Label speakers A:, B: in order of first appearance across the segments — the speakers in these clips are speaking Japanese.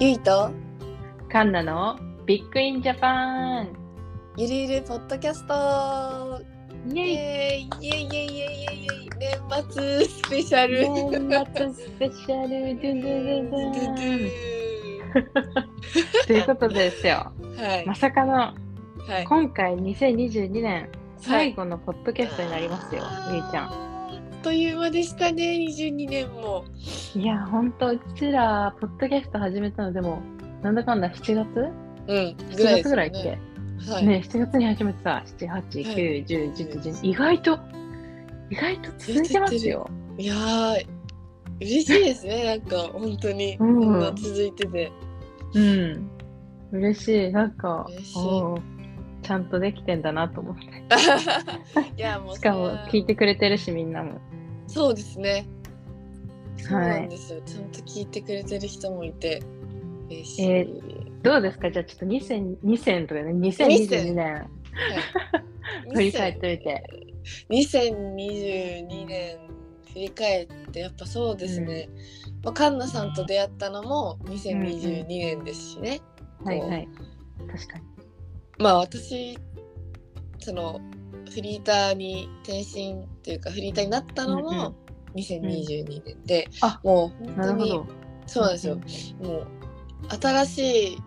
A: ゆいと
B: カンナのビッグインジャパン
A: ゆるゆるポッドキャスト
B: イ
A: イ
B: エイ
A: エイイエイイエイイエイイエイイエイ年末スペシャル
B: 年末スペシャルドゥンドゥンドゥンド
A: ドゥド
B: ゥン
A: ゥ
B: ということですよ
A: はい
B: まさかの
A: はい
B: 今回2022年最後のポッドキャストになりますよ、ゆいちゃん
A: んあっという間でしたね22年も
B: いやほんとうちらポッドキャスト始めたのでもなんだかんだ7月
A: うん
B: 7月ぐらいっ
A: で
B: け
A: すよねはい、
B: ね7月に始めてさ789101112意外と意外と続いてますよ
A: いやー嬉しいですねなんか本当にこ
B: うん
A: んな続いてて、
B: うん嬉しいなんか
A: 嬉しい
B: おうちゃんとできてんだなと思って
A: いやもう
B: しかも
A: それは
B: 聞いてくれてるしみんなも
A: そうですね。そう
B: はい
A: なんですよ。ちゃんと聞いてくれてる人もいて。嬉しい。
B: えどうですかじゃあちょっと2000 2000とかね2022年 振り返ってみて
A: 2022年振り返ってやっぱそうですね。まあ、カンナさんと出会ったのも2022年ですしね。
B: はいはい確かに
A: まあ私そのフリーターに転身というかフリーターになったの
B: うんう
A: も
B: ん
A: 2022年で、
B: あ
A: もう
B: な
A: 本
B: る
A: 当
B: ほ
A: に
B: ど
A: そうなんですよ。もう新しい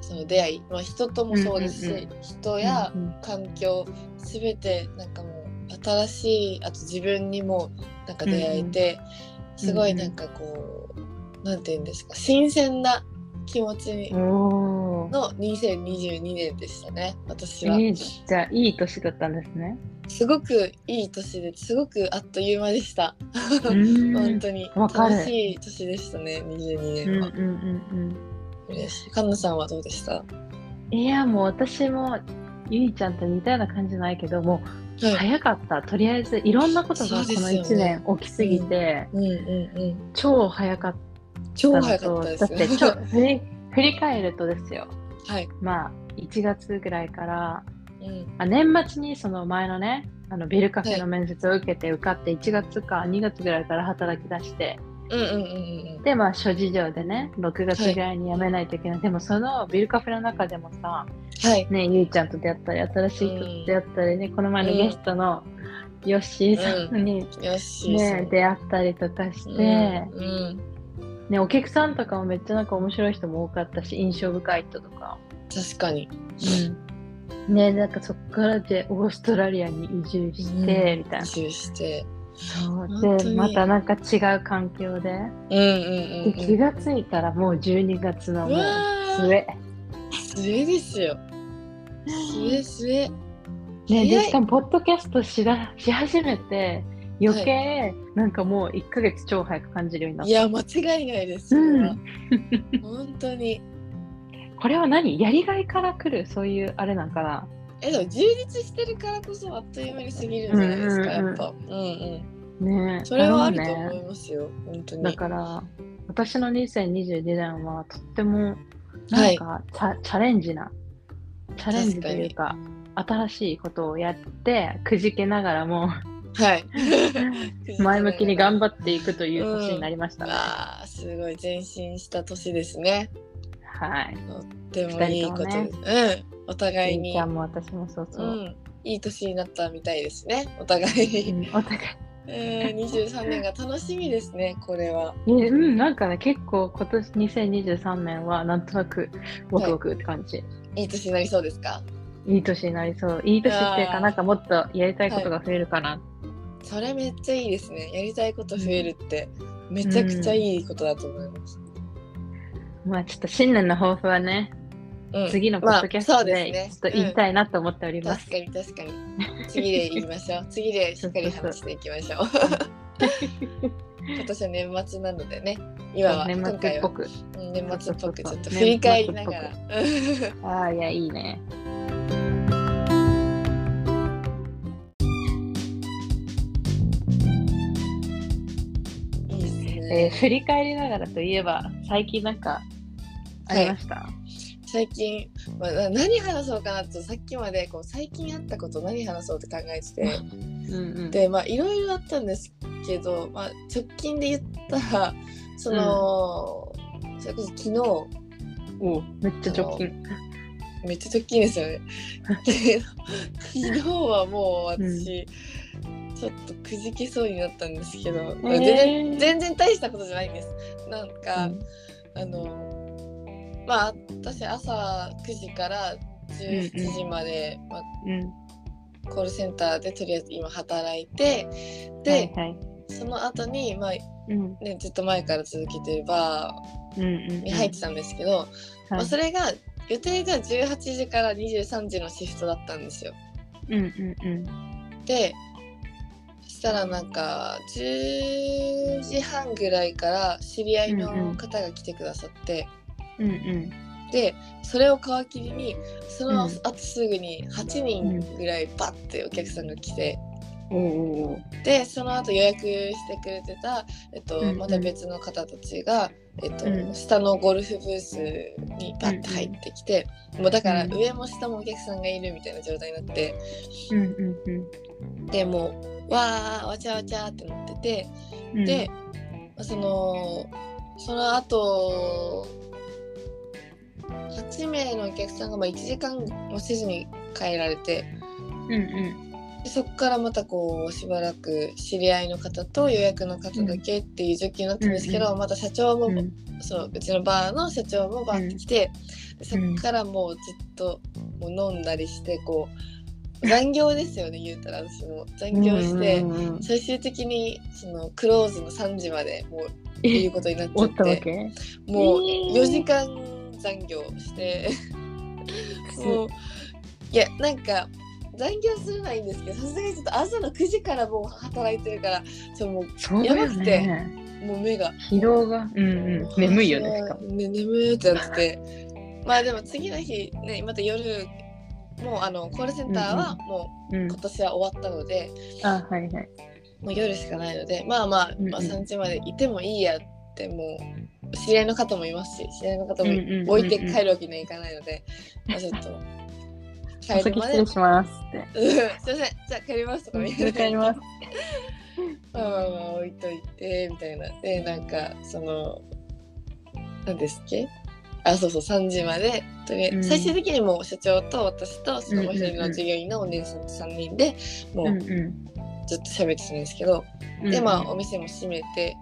A: その出会い、まあ、人ともそうですし、
B: うんうん
A: 人や
B: うんうん
A: 環境全てなんかもう新しいあと自分にもなんか出会えて、すごいなんかこう、なんて言うんですか新鮮な気持ち
B: おー
A: の2022年でしたね私
B: え
A: は。
B: ーじゃあいい年だったんです ね
A: すごくいい年ですごくあっという間でした。
B: うーん
A: 本当に
B: わかる
A: 楽しい年でしたね22
B: うん
A: 年
B: うん
A: は。
B: うんうん
A: 嬉しい。カンナさんはどうでした
B: いやもう私もゆいちゃんと似たような感じないけどもう
A: はい。
B: 早かったとりあえずいろんなこと
A: そ
B: が
A: うで
B: こ
A: す
B: の
A: よね
B: 1年起きすぎて
A: うんうんうん。
B: 超早かった
A: 超
B: の
A: 早か
B: と
A: ったで
B: だ
A: す
B: って
A: ね。
B: ちょ振り振り返るとですよ
A: はい。
B: まあ1月ぐらいから
A: うん。
B: あ年末にその前のねあのビルカフェの面接を受けて受かって1月か2月ぐらいから働き出して
A: うんうんうん
B: でまあ諸事情でね6月ぐらいに辞めないといけない、でもそのビルカフェの中でもさ
A: うん。はい。
B: ねゆいちゃんと出会ったり新しい人と出会ったりね、この前のゲストのヨッシーさんに、
A: よし。
B: ね出会ったりとかして、
A: うん。うん。
B: ね、お客さんとかもめっちゃなんか面白い人も多かったし印象深い人とか。
A: 確かに。
B: ね、なんかそこからでオーストラリアに移住して、みたいな
A: 集中して。
B: そう
A: 本当
B: で
A: に
B: またなんか違う環境で,、
A: うんうんうん
B: で気がついたらもう12月の
A: うん。
B: もう
A: わあ。
B: 末、
A: 末 ですよ。末末。
B: ね、
A: 早
B: で
A: い
B: しかもポッドキャストしだし始めて余計、なんかもう1ヶ月超早く感じるようになっ
A: い
B: た
A: や、間違いないです。それは 本当に。
B: これは何やりがいからくるそういうあれなんかな
A: え、でも充実してるからこそあっという間に過ぎるんじゃないですか、
B: うんうんうん
A: やっぱ。うんうん。
B: ね
A: それはあると
B: だろう
A: 思
B: ね
A: いますよ、本当
B: だ
A: に。
B: から私の2022年はとってもなんか、チャチャレンジなチャレンジというか新しいことをやってくじけなが らも
A: はい。
B: 前向きに
A: 張
B: 頑張っていくという年になりましたね、
A: あーすごい前進した年ですね。
B: はい
A: でもいいことです。
B: 二人
A: うん。お互い
B: ゆい
A: に
B: ちゃ、んも私もそうそうう、
A: ん、いい年になったみたいですね。お互い。
B: うんお互い
A: えー、23年が楽しみですね、これは。
B: にうんなんかね結構今年2023年はなんとなくワクワクって感じ、
A: いい年になりそうですか
B: い、い年になりそういい年っていう
A: あー
B: かなんかもっとやりたいことが増えるかな、
A: それめっちゃいいですね。やりたいこと増えるって、めちゃくちゃいいことだと思います。
B: まあちょっと新年の抱負はね
A: うん、
B: 次のポッドキャス
A: まあそ
B: ト
A: うです
B: で
A: ね
B: ちょっと言いたいなと思っております。
A: 確かに確かに。次で言いまし ょう。次でしっかり話していきましょう。今年は年末なのでね、今は、
B: 年
A: 今
B: 末
A: 回
B: っ
A: は
B: ぽく。
A: うん年末っぽくちょっと
B: そうそうそう
A: 振り返りながら。
B: ああ、いや、いいね。
A: いいです
B: えー
A: ね。
B: 振り返りながらといえば、最近なんかありました、
A: 最近、まあ、な何話そうかなとさっきまでこう最近あったこと何話そうって考えてて
B: うんうん。
A: でまあいろいろあったんですけど、まあ、直近で言ったらその、それこそ昨日
B: おうめっちゃ直近。
A: めっちゃ直近ですよ ね。で昨日はもう私、ちょっとくじけそうになったんですけど、全然全然大したことじゃないんです。なんか、
B: うん
A: あのまあ私朝9時から17時まで、ま
B: うん。
A: あ、コールセンターでとりあえず今働いてで、
B: はいはい。
A: その後にまあ
B: うん。
A: ね、ずっと前から続けてるバ
B: うんうん。
A: ーに入ってたんですけど、まあ、
B: はい
A: それが予定が18時から23時のシフトだったんですよ。
B: うんうんうん。
A: でそしたらなんか10時半ぐらいから知り合い
B: うんう
A: の
B: ん
A: 方が来てくださって、
B: うんうん。
A: でそれを皮切りにその
B: うん
A: あとすぐに8人ぐらいバッてお客さんが来て。
B: おうおうおう。
A: でその後予約してくれてた、えっと
B: うんうん
A: また別の方たちが、えっと
B: うん
A: 下のゴルフブースにパッて入ってきて、もうだから
B: うん
A: 上も下もお客さんがいるみたいな状態になって
B: うんうんうん。
A: でもうわーわちゃわちゃってなってて、
B: うん
A: で、まあそのその後8名のお客さんがまあ1時間もせずに帰られて。
B: うんうん
A: でそこからまたこうしばらく知り合いの方と予約の方だけっていう状況になったんですけど、
B: うん
A: また社長も、
B: う。
A: うんそううちのバーの社長もバーって来て、でそこからもうずっともう飲んだりしてこう残業です よね言うたら私も残業して、
B: うんうんうん
A: 最終的にそのクローズの3時までもうい
B: え
A: ることになっち
B: お
A: ゃ
B: っ
A: った
B: わ
A: て
B: け
A: もう
B: えー
A: 4時間残業して。もういやなんか残業するのはいいんですけどさすがにちょっと朝の9時からもう働いてるからちょっとも
B: そうだよね。
A: うもう目が、
B: 疲労が。うんうん。眠いよね、しかも。
A: ね眠いってなっててまあでも次の日ねまた夜もうあのコールセンターはも
B: う
A: うん今。年は終わったので、
B: あ、はいはい。
A: もう夜しかないのでまあまあ、
B: うんうん
A: まあ、3時までいてもいいやってもう知り合いの方もいますし知り合いの方も
B: うんうんうんうん
A: 置いて帰るわけにはいかないので、まあちょ っと
B: お
A: 帰る
B: 先
A: ま
B: 失
A: で
B: 礼しますって。
A: うん すいません、じゃあ帰りますとか
B: お
A: みたいな。
B: 帰ります。
A: まあまあまあ置いといて、みたいな。で、なんか、その、なんですっけあ、そうそう、3時まで。とりあえず
B: うん
A: 最終的にもう社長と私と、そのもう一人
B: うんうんう
A: の
B: ん
A: 従業員のお姉さんと3人で、も
B: うん
A: う
B: う
A: ずっと喋ってたんですけど、
B: ん。
A: で、まあ、お店も閉めて、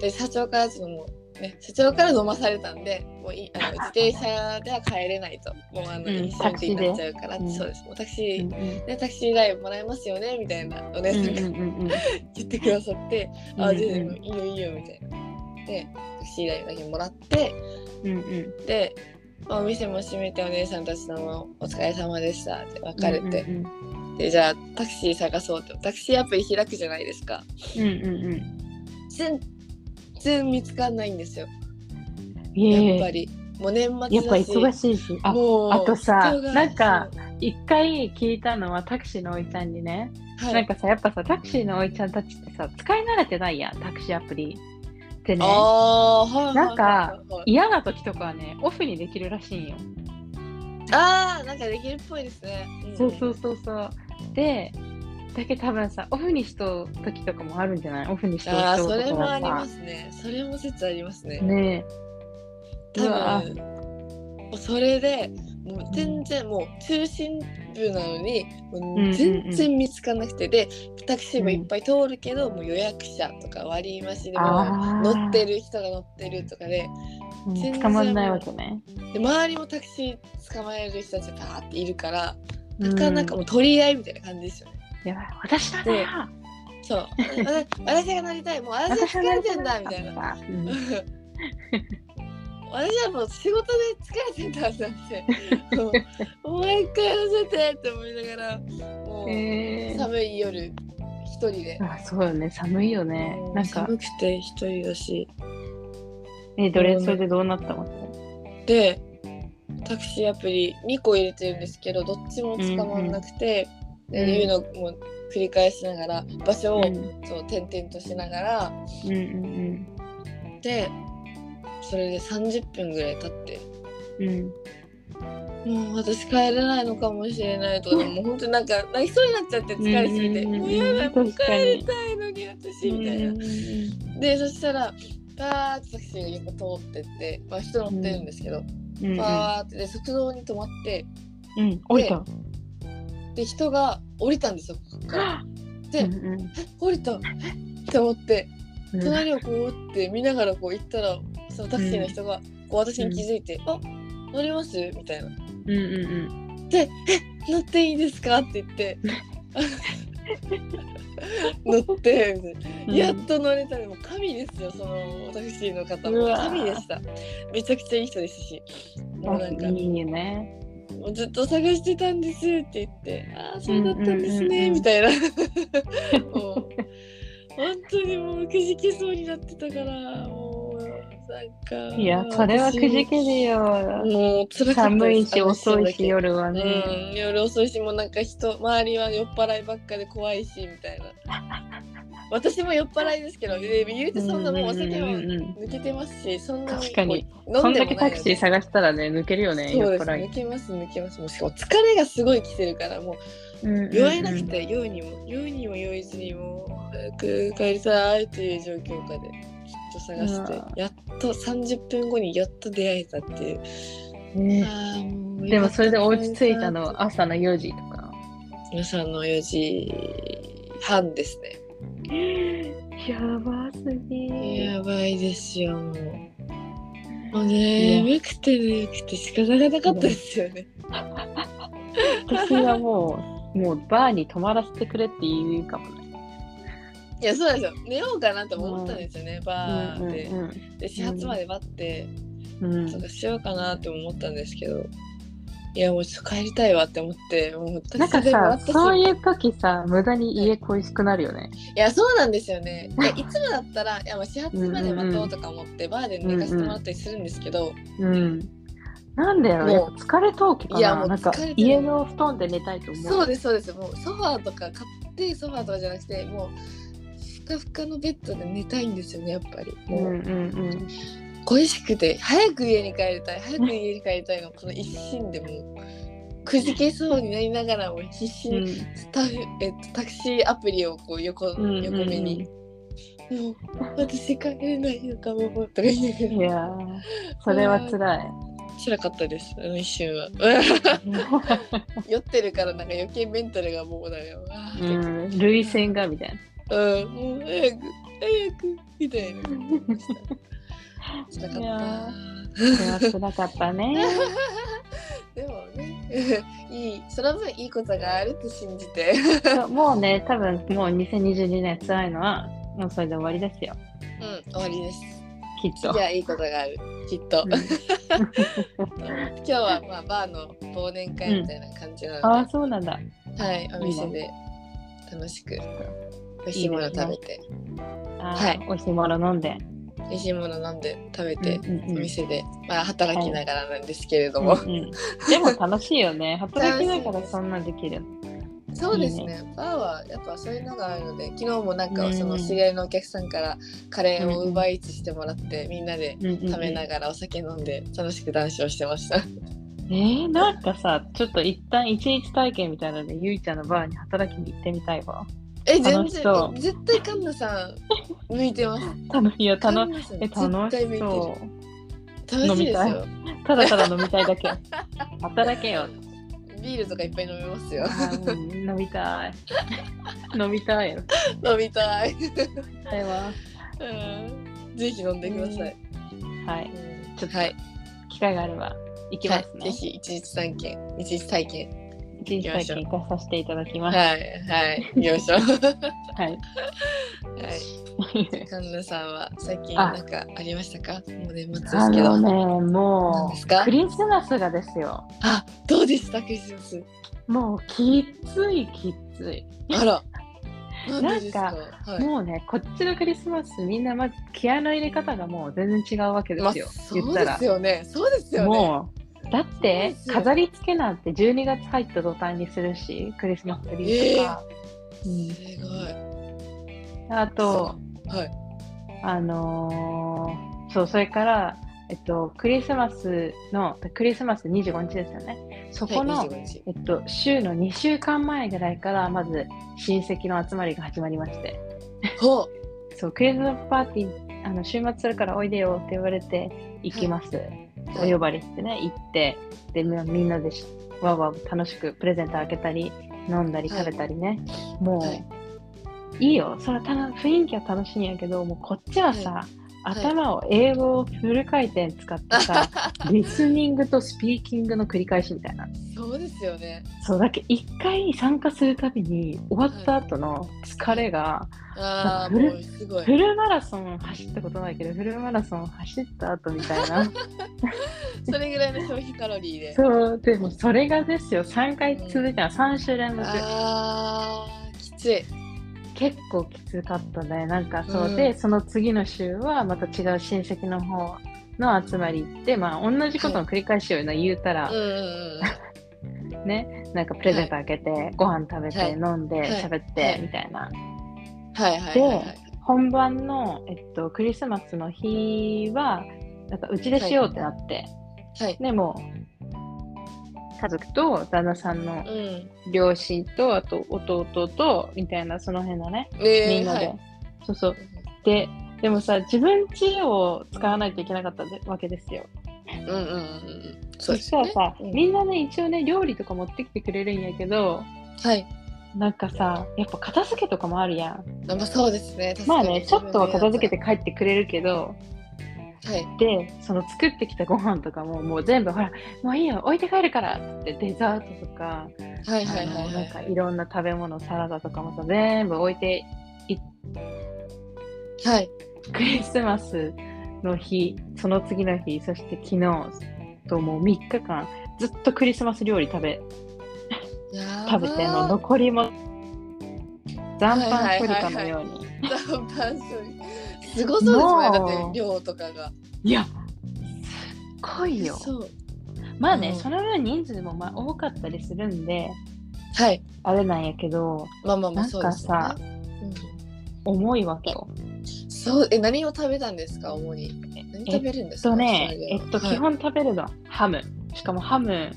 A: で、社長からその、ね、社長から飲まされたんで、もういあの自転車では帰れないと、もうあの、
B: うん
A: 飲酒運転になっちゃうから、
B: タクシーでうん
A: そうです。もうタク
B: う
A: シー
B: んうん。
A: でタクシー代もらえますよねみたいなお姉
B: う
A: さ
B: ん
A: んが
B: うんうんうん。
A: 言ってくださって「
B: う
A: あ
B: ん
A: 全然いいよいいよ」みたいな。でタクシー代だけもらって
B: うんうん。
A: で、まあ、お店も閉めてお姉さんたちとも「お疲れ様でした」って別れて、
B: うんうん
A: でじゃあタクシー探そうってタクシーアプリ開くじゃないですか
B: うんうん
A: 全然見つかんないんですよ
B: うん。
A: やっ
B: や
A: ぱ
B: っ
A: り、もう年末だし
B: やっぱ忙しいし。あ、
A: もう
B: あとさ
A: 人が
B: なんか一回聞いたのはタクシーのおいちゃんにね、
A: はい、
B: なんかさ、やっぱさ、タクシーのおいちゃんたちってさ、使い慣れてないやん、タクシーアプリ。でね、
A: あーはいはいはいはい
B: なんか嫌な時とかはね、オフにできるらしいんよ。
A: ああなんかできるっぽいですね、ん
B: そうそうそうそう。で、だけど多分さ、オフにしとう時とかもあるんじゃないオフにしとう
A: ああ
B: 人
A: それ
B: とか
A: もあ
B: は
A: りま
B: さ。
A: すねそれも説ありますね
B: ねえ。
A: 多
B: うわ
A: 分もうそれでもう全然もう中心部なのにも
B: んうんう
A: うん全然見つかなくてでタクシーもいっぱい通るけど、もう予約者とか割り増しでも
B: あー
A: 乗ってる人が乗ってるとかで
B: うん
A: 全然
B: 捕まんないわけね。
A: で周りもタクシー捕まえる人たちがパーっているから
B: う
A: なかなかもう取り合いみたいな感じですよね。
B: やばい、私だ
A: で
B: な
A: そう私私が乗りたいもう私
B: 私
A: は疲
B: が慣
A: れ
B: れ
A: て
B: て
A: ん
B: な
A: だ
B: い
A: みたいな。
B: うん
A: 私はもう仕事で疲れてたんだってもうもう一回やらせてって思いながらもう
B: えー
A: 寒い夜一人で、
B: あそうよね、寒いよね。
A: もう
B: なんか、
A: 寒くて一人だし
B: え、どれ、それでどうなったの
A: でタクシーアプリ2個入れてるんですけどどっちも捕まんなくて、
B: うん
A: でいうのも繰り返しながら場所を、
B: うん
A: そう転々としながら
B: うんうん
A: でそれで30分ぐらい経って
B: うん。うん
A: もう私帰れないのかもしれないとかでももう本当になんか泣きそうになっちゃって疲れすぎて、
B: うんうんうん
A: もうやだもう
B: 確かに
A: 帰りたいのに私みたいな。でそしたらパーってタクシーが横通ってって、まあ、人乗ってるんですけど、
B: うん
A: パーってで側道に止まって
B: うん、降りた。
A: で人が降りたん ですよここから。で
B: うんうん
A: 降りたって思って
B: うん
A: 隣をこうって見ながらこう行ったらそのタクシーの人がこう私に気づいて「あ乗ります?」みたいな。
B: うんうん
A: で「え乗っていいですか?」って言 って乗ってみたいな
B: うん。
A: やっと乗れたでもう神ですよそのタクシーの方
B: うわー
A: 神でしためちゃくちゃいい人ですしもうなんか
B: いいね。
A: もうずっと探してたんですって言って、ああ、それだったんです
B: うんうんうんう
A: ね、
B: ん
A: みたいな。 もう本当にもうくじけそうになってたから、もう、なんか。
B: いや、それはくじけるよ。
A: もう辛かったです
B: 寒いし
A: あの人
B: 遅
A: だけ
B: いし夜は
A: う
B: ね。
A: ん、夜遅いし、もうなんか人、周りは酔っ払いばっかで怖いし、みたい な。私も酔っ払いですけど、で言うてそんなもうお酒も
B: うんうんうんうん
A: 抜けてますし、そんな
B: 確かに
A: こう飲
B: そ
A: ん
B: ん
A: で
B: だ
A: も
B: け
A: ない
B: タ
A: の
B: ク
A: で
B: シー探したらね、抜けるよね、
A: そう
B: 酔っ
A: です
B: 払い
A: 抜。けます抜けますもうしかも疲れがすごい来てるからもう酔えなく
B: うんうんうん
A: て酔うにも酔うにも酔えずにもう早く帰りたいっていう状況下できっと探して
B: うわ
A: やっと30分後にやっと出会えたっていう
B: ね
A: あーもう
B: でもそれで落ち着いたの
A: は
B: は朝の4時とか。
A: 朝の4時半ですね
B: やばすぎ
A: やばいですよもうもうね眠くて眠くて仕方がなかったですよね
B: 私はもう、もうバーに泊まらせてくれって言うかもね。
A: いやそうなんですよ寝ようかなとも思ったんですよねバーで。で始発まで待って、
B: うんうんうん。
A: なんかしようかなって思ったんですけどいやもうちょっと帰りたいわって思ってもう
B: なんか
A: 私でもら
B: さ
A: っ、たし
B: そういう時さ、無駄に家恋しくなるよね。
A: いやそうなんですよねいやいつもだったらいやもう始発まで待とうとか思ってバーで寝かせてもらったりするんですけど、
B: うん。なんだよ、
A: もう
B: やっぱ疲れとうきかな。
A: いやもう
B: なんか
A: 疲れてる
B: 家の布団で寝たいと思う。
A: そうですそうですもうソファーとか買ってソファーとかじゃなくてもうふかふかのベッドで寝たいんですよねやっぱり
B: うん
A: もう
B: うん
A: 恋しくて早く家に帰りたい早く家に帰りたいのこの一心でもうくじけそうになりながらも必死
B: うん。
A: にタフえっと、タクシーアプリをこう横,、
B: うん
A: 横目に。もう私帰れないのかもとか言いな
B: うんい
A: がら
B: やー、それは辛い。
A: 辛かったですあの一瞬は 酔ってるからなんか余計メンタルがもうなんかわ
B: う
A: ーっ
B: ん、涙腺がみたいな。
A: てうん、もう早く早くみたいな辛かっ
B: いや
A: た
B: それは辛かったね。
A: でもねいいその分いいことがあると信じて
B: そうもうね、多分もう2022年辛いのは、もうそれで終わりですよ。
A: うん終わりです
B: きっと
A: い。やいいことがあるきっと、今日はまあバーの忘年会みたいな感じなので、
B: ああ、そうなんだ。
A: はい、お店で楽しく美味しいもの食べて、
B: あ
A: は
B: ー
A: い
B: 美味しいもの飲んで。
A: 美味しいもの飲んで食べて、
B: うんうん
A: お
B: うん
A: 店で、まあ、働きながらなんですけれども、
B: うんうんでも楽しいよね。働きながらそんなんできる。
A: そうですねバーはやっぱそういうのがあるので昨日もなんか
B: うん
A: その知り合いのお客さんからカレーを奪いイーツしてもらって、みんなで
B: うんうんうん
A: 食べながらお酒飲んで楽しく談笑してました
B: えー、なんかさ、ちょっと一旦一日体験みたいなので、ゆいちゃんのバーに働きに行ってみたいわ。
A: え全
B: 楽しそ
A: 然絶対カンナさん向いてます
B: 楽しいよ、
A: カン
B: 楽
A: ナさん
B: え楽しそ
A: 絶対向いてる楽しいです
B: 飲
A: よ
B: う。ただただ飲みた いだけ。働けよ。
A: ビールとかいっぱい飲めますよ
B: あーうん飲み たい。飲みたいよ。
A: 飲みたい
B: それは。
A: うんぜひ飲んでください。
B: はい。ちょっと
A: はい、
B: 機会があれば行きます
A: はいぜ
B: ね。
A: ひ一日体験、一日体験。
B: 一日体験行かさせていただきます。は。
A: はい、はい、よい しょ。はいい、 神田さんは最近
B: あ
A: なんかありましたか？もう年末で
B: あ
A: すけど。
B: のね、
A: 何
B: も
A: です
B: う
A: か
B: ク？リスマスがですよ。
A: あ、どうでしたクリスマス？
B: もうきっついきっつい。
A: あら、なんでですか？
B: な
A: は
B: もうね、こっちのクリスマスみんなまず気合の入れ方がもう全然違うわけ
A: い。
B: で
A: まあ
B: すよ。
A: そうですよね。そうですよね。
B: もうだって
A: そうですよ
B: 飾り付けなんて12月入った途端にするしクリスマスツリーとか、
A: すごい。
B: うんあと
A: はい。
B: あのーそうそれから、えっと、クリスマスのクリスマス25日ですよねそこの、
A: はい25日
B: えっと、週の2週間前ぐらいからまず親戚の集まりが始まりまして
A: ほう。
B: そう、クリスマスパーティー、あの週末するからおいでよって言われて行きます。お呼ばれしてね、行って、で、みみんなでしわーわー楽しくプレゼント開けたり、飲んだり
A: はい
B: 食べたりね。もう、
A: はい
B: い、いよ。それはた雰囲気は楽しいんやけど、もうこっちはさ、
A: い
B: 頭を英語をフル回転使ってさ、 リスニングとスピーキングの繰り返しみたいな。
A: そうですよね。
B: そうだけ一回参加するたびに終わった後の疲れが、
A: ああ、
B: フル
A: もうすごい。
B: フルマラソン走ったことないけどフルマラソン走った後みたいな
A: それぐらいの消費カロリーで。
B: そうでもそれがですよ3回続いたら3週連続
A: ああ、きつい。
B: 結構きつかったねなんかそう、
A: うん
B: でその次の週はまた違う親戚の方の集まり行ってまあ同じことの繰り返しを言うたら
A: うん、うんうん。
B: ねなんかプレゼント開けて、ご飯食べて、
A: はい
B: 飲んで
A: はい
B: 喋って、
A: はい
B: みたいな
A: はいはいはいはい。
B: 本番の、えっと、クリスマスの日はなんかうちでしようってなって、
A: はい。
B: でもう家族と旦那さんの
A: うん。
B: 両親とあと弟とみたいなその辺のね
A: え
B: みんなで、
A: はい
B: そうそうででもさ自分家を使わないといけなかったわけですよ
A: うんうんうんうん。そ
B: そう
A: です
B: した
A: よ
B: ら
A: ね。
B: さ、
A: うん
B: みんなね一応ね料理とか持ってきてくれるんやけど
A: はい。
B: なんかさやっぱ片付けとかもあるやん
A: あまあそうですね。確か
B: まあ
A: に
B: ねちょっとは片付けて帰ってくれるけど、
A: はい。
B: でその作ってきたご飯とかももう全部ほらもういいよ置いて帰るからっつってデザートとか
A: はいはい
B: あ
A: はい
B: の
A: は
B: なん
A: い。
B: かいろんな食べ物サラダとかもさ全部置いて
A: はい。
B: クリスマスの日その次の日そして昨日ともう3日間ずっとクリスマス料理食べ食べての
A: の
B: 残りも残飯処理かのように、い
A: 残飯処理。すごそうですね。だ
B: もう
A: って量とかが。
B: やすっごいよ
A: そう。
B: まあね、
A: うん
B: その分人数もまあ多かったりするんで
A: はい。
B: あれなんやけど
A: まあまあまあ
B: なん
A: そうで
B: か
A: すよね
B: さ、。重いわけよ
A: うんそうえ何を食べたんですか主に。何食べるんで
B: えっ
A: すか。
B: とね
A: それで
B: えっと
A: はい
B: 基本食べるのはハムしかもハム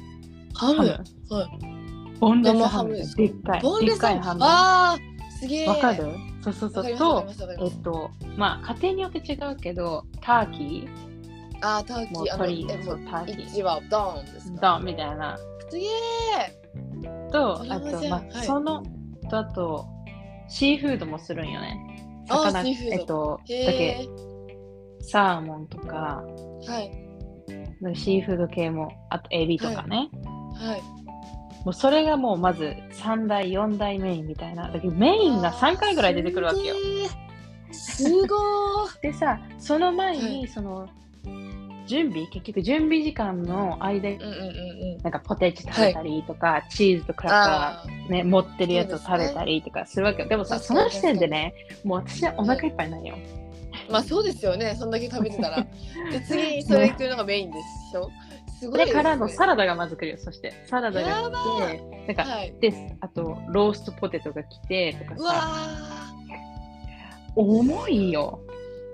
A: ハ
B: ハム
A: ム。は
B: ボンレス
A: 生
B: ハ
A: ハム
B: ム
A: ですか
B: でっかい
A: ボン
B: で
A: レ
B: っ
A: ス
B: か
A: ハ
B: い
A: ム。
B: ハムわ
A: ああすげえ。
B: かるそうそうそ
A: わかり
B: う
A: ますわかり
B: と
A: ますわかり
B: え
A: ます
B: っとまあ家庭によって違うけどターキー
A: あーターキ
B: もう
A: ーあの
B: 鳥
A: えも
B: そう
A: う
B: ターキー
A: 一はドーンですか。
B: ドンみたいな
A: すげえ。
B: と
A: それ
B: あ
A: も
B: と
A: じゃあ
B: まあ
A: はい
B: そのとあとシーフードもするんよね
A: あー
B: 魚
A: シーフード
B: えっとだ
A: へ
B: け
A: え。
B: サーモンとか
A: はい
B: シーフード系もあとエビとかね、
A: はい。
B: もうそれがもうまず3代4代メインみたいなだけどメインが3回ぐらい出てくるわけよ
A: あー。す げえすごー。
B: でさその前
A: は
B: にその準備結局準備時間の間に
A: うんうんうんうん。
B: なんかポテチ食べたりとか、チーズとクラッカ
A: あー
B: ー、ね、持ってるやつを
A: そう
B: 食
A: ですね
B: べたりとかするわけよでもさ
A: 確
B: そ
A: かに
B: の時点でねもう私はお腹いっぱいなんよ、
A: まあそうですよね。そんだけ食べてた ら。で次にそれ食うのがメインでしょ。すごい
B: で
A: です、ね。
B: からのサラダがまず来るよそしてサラダが来てなんか、
A: はい。
B: であとローストポテトが来てとか
A: うわ
B: さ
A: あ。
B: 重いよ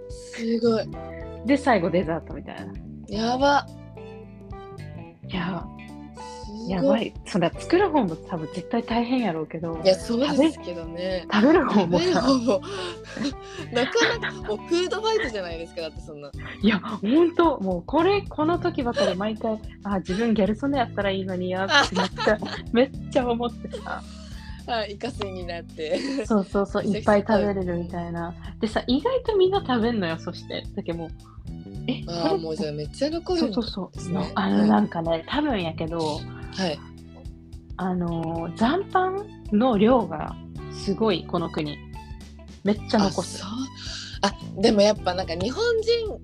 A: すごい。
B: で最後デザートみたいな
A: やば。
B: いや
A: すごい。
B: やばいそりゃ作る方も多分絶対大変やろうけど
A: いやそうですけどね。
B: 食べる方も
A: ね
B: さ
A: ほぼ なかなかもうフードファイトじゃないですかだってそんな。
B: いや本当もうこれこの時ばかり毎回あ自分ギャル曽根やったらいいのにやってめっ ちゃめっちゃ思ってさ
A: はい、イカ水になって。
B: そうそうそういっぱい食べれるみたいなでさ意外とみんな食べんのよそしてだけどもうえこ
A: ああ
B: れ
A: もうじゃあめっちゃ残る
B: そ
A: ん
B: う
A: だ
B: そうそう、
A: ですね
B: あ
A: は
B: の
A: い
B: なんかね多分やけど
A: はい。
B: あのー残飯の量がすごいこの国めっちゃ
A: あ
B: 残
A: そ
B: す
A: うあでもやっぱなんか日本人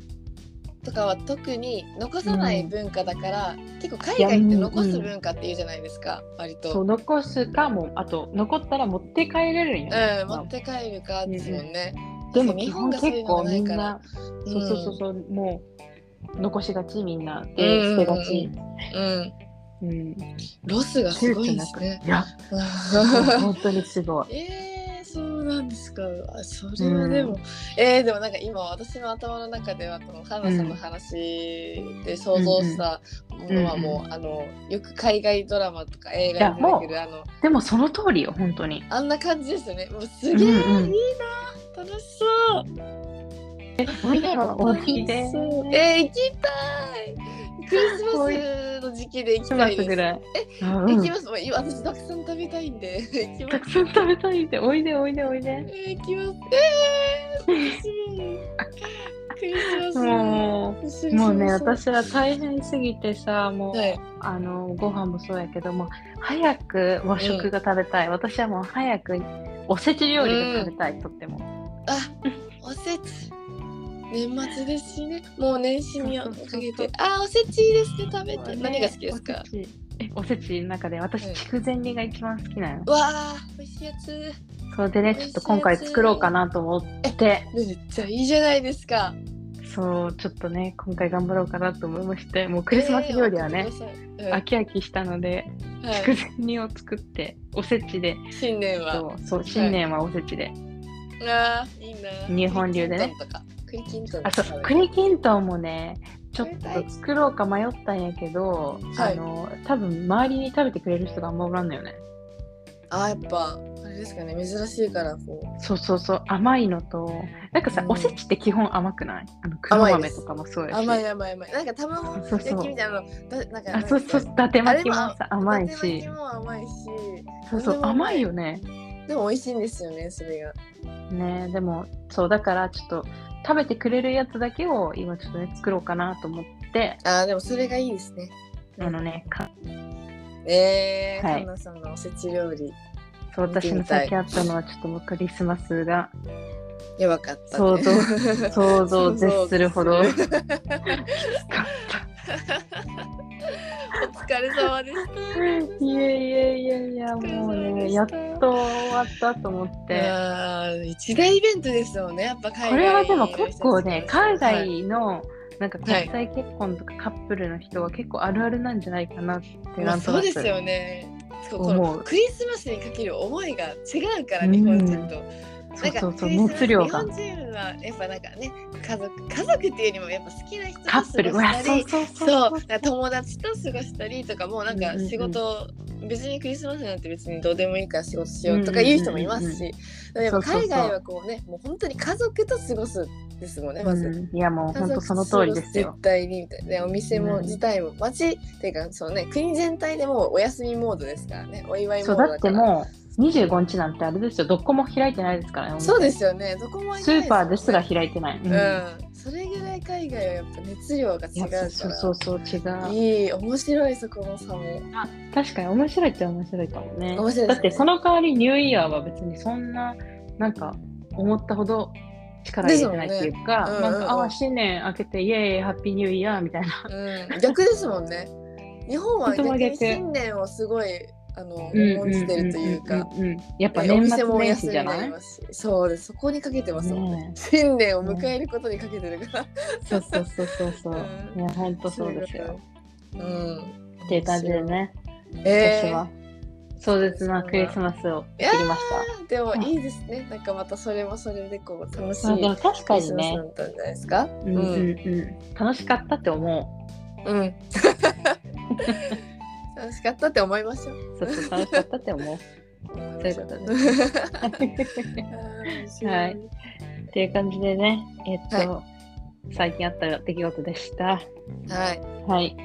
A: とかは特に残さない文化だから、結構海外って残す文化って言うじゃないですか、割
B: そう
A: と。
B: 残すかもうあと残ったら持って帰れるんよね、
A: うん、持って帰るかですもんね。
B: でも
A: そう
B: 日本
A: そうい
B: 結
A: うの
B: 構
A: がな
B: み
A: い
B: ん
A: から
B: なそうそうそうそう、もう残しがちみんなで
A: う
B: 捨
A: んうんうん
B: てがち、
A: うん、
B: うん
A: ロスがすごいですね。
B: いや
A: うん
B: 本当にすごい
A: えー、そうなんですかあそれはでも、
B: うん
A: えー、でもなんか今私の頭の中ではこの花さんの話で想像したものはもう、あのよく海外ドラマとか映画に出てく
B: い
A: るあの
B: でもその通りよ、本当に。
A: あんな感じですよねもうすげえ、
B: うんうん
A: いいな楽しそう
B: なんだろう、お
A: 楽し
B: で。
A: そうえー、行きたいクリスマスの時期で行き
B: ク
A: た
B: マ
A: い
B: ス
A: です
B: ぐらい。え、
A: 行きますもう今私たくさん食べたいんで 行きます
B: たくさん食べたいって、おいでおいでおいで。
A: えー、行きます。えー、楽しみ。クリスマ
B: も
A: ス。
B: う、もうね、私は大変すぎてさ、もう、
A: はい。
B: あの、ご飯もそうやけども、早く和食が食べたい。私はもう早くおせち料理が食べたい、とっても。
A: あ、おせち。年末ですしね、もう年始にかけて、あー、おせちいいですね、食べて、
B: ね
A: 何が好きですか。
B: おせちえおせちの中で私、
A: うん
B: 筑前煮が一番好きなの。
A: わあ、美味しいやつ。
B: それでね、ちょっと今回作ろうかなと思って。
A: めっちゃいいじゃないですか。
B: そう、ちょっとね、今回頑張ろうかなと思いまして、もうクリスマス料理はね
A: え、ー。
B: 飽き飽きしたので、
A: おせちくだ
B: 筑
A: さい
B: 前煮を作って、おせちで、
A: うんはい、新年は。
B: そう、そう新年はおせちで、
A: あー、いいな。
B: 日本流でね
A: 栗きんとんとか。栗きんとんと
B: あ、
A: か
B: そう、栗きんとんもね、ちょっと作ろうか迷ったんやけど、
A: はい
B: あの、多分周りに食べてくれる人があんまおらんのよね。
A: あー、やっぱ、あれですかね、珍しいから、こう。
B: そうそうそう、甘いのと、なんかさ、
A: うん
B: おせちって基本甘くないあの、黒
A: 甘いで
B: 豆
A: す
B: とかもそうやし。
A: 甘い甘い甘い。なんか卵
B: そう
A: 焼
B: そ
A: きみ
B: う。
A: たいなの、だなんかなん
B: あ、
A: か
B: そうそう、伊達
A: あ
B: 巻
A: れ
B: き
A: も
B: もさ、甘い
A: 伊達巻
B: し
A: き。も甘いし、
B: そうそ
A: あれ
B: う、
A: も
B: 甘いよね。
A: でも美味しいんですよね、それが。
B: ねでもそうだからちょっと食べてくれるやつだけを今ちょっとね作ろうかなと思って
A: あーでもそれがいいですね。
B: あのねか
A: えー、
B: はい
A: 神田さんのおせち料理、
B: そう
A: 見て
B: 私
A: み
B: の
A: たい
B: 先あったのはちょっともうクリスマスが
A: やばかった、
B: 想像想像
A: 像
B: を絶するほど
A: お
B: きつ
A: 疲
B: かった
A: れ様でした。
B: いやいやいやいやもうねやっと終わったと思って
A: あー一大イベントですよね、やっぱ海外
B: これはでも
A: の人たち
B: 結構ね
A: から
B: 海
A: するとはい
B: 外のなんか国際結婚とかカップルの人は結構あるあるなんじゃないかなって
A: ま
B: な
A: あ
B: んと
A: そう
B: な
A: です
B: く
A: よね。そうこ
B: 思
A: の
B: う
A: クリスマスにかける思いが違うから、
B: うん
A: 日本人と。
B: そうそうそう
A: なん
B: 持
A: か
B: つ量が
A: 日本人はやっぱなんかね家族家族っていうよりもやっぱ好きな人と
B: カ
A: 過
B: ップル
A: ごしたり
B: そう
A: そうだから友達と過ごしたりとかもうなんか仕事、別にクリスマスなんて別にどうでもいいから仕事しようとかいう人もいますし、やっぱ海外はこうねもう本当に家族と過ごすですもんねまず。
B: うんいやもう本当その通りですよ
A: 絶。対にみたいな、ね、お店も
B: うん
A: 自体も街っていうかそうね国全体でもうお休みモードですからねお祝いモ
B: そ
A: ー
B: う
A: ド
B: だ
A: だ
B: っ
A: か
B: て
A: ら
B: もう25日なんてあれですよ、どこも開いてないですからね。
A: そうですよねどこも開い
B: ス
A: てない
B: ーパーです
A: もんね
B: ら開いてない。うん
A: うんそれぐらい海外はやっぱ熱量が
B: い
A: 違う
B: や
A: から
B: そうそうそうそう違う。
A: いい面白いそこの差も
B: 確かに面白いっちゃ面白いかもね。
A: 面白いですね
B: だってその代わりニューイヤーは別にそんななんか思ったほど力入れてないっていうか、
A: ですもんねうんう
B: なん
A: んうん
B: かああ新年明けてイエーイハッピーニューイヤーみたいな。
A: うん逆ですもんね日本は
B: とても
A: 逆に
B: 逆
A: 新年をすごいあの重んじてるというか。
B: うんうんうんうんやっぱ
A: えお
B: 年
A: 店
B: 末
A: もお
B: 年
A: 休
B: 始
A: み
B: じゃ
A: に
B: な
A: ないり。ますしそうですそこにかけてますもんね
B: ねえ
A: 新年を迎えることにかけてるから
B: そうそうそうそうそう。
A: う
B: いや本当そうですよ。
A: うん
B: っていう感じでね、
A: え
B: 私
A: ー
B: は壮絶なクリスマスを
A: いや
B: 送りまし。
A: ーでもいいですねなんかまたそれもそれでこう楽した
B: まあ、で
A: い
B: も確
A: ク
B: か
A: リス
B: に
A: マス
B: ね
A: だ、ったんじゃないですかう
B: うんうんうん、楽しかったって思
A: うん 楽しかったって思いましょう。
B: う。そうそう楽しかったって 思う。そういうことで
A: です。
B: はいっていう感じでね、えっと、最近あった出来事でした。
A: はい。
B: はい。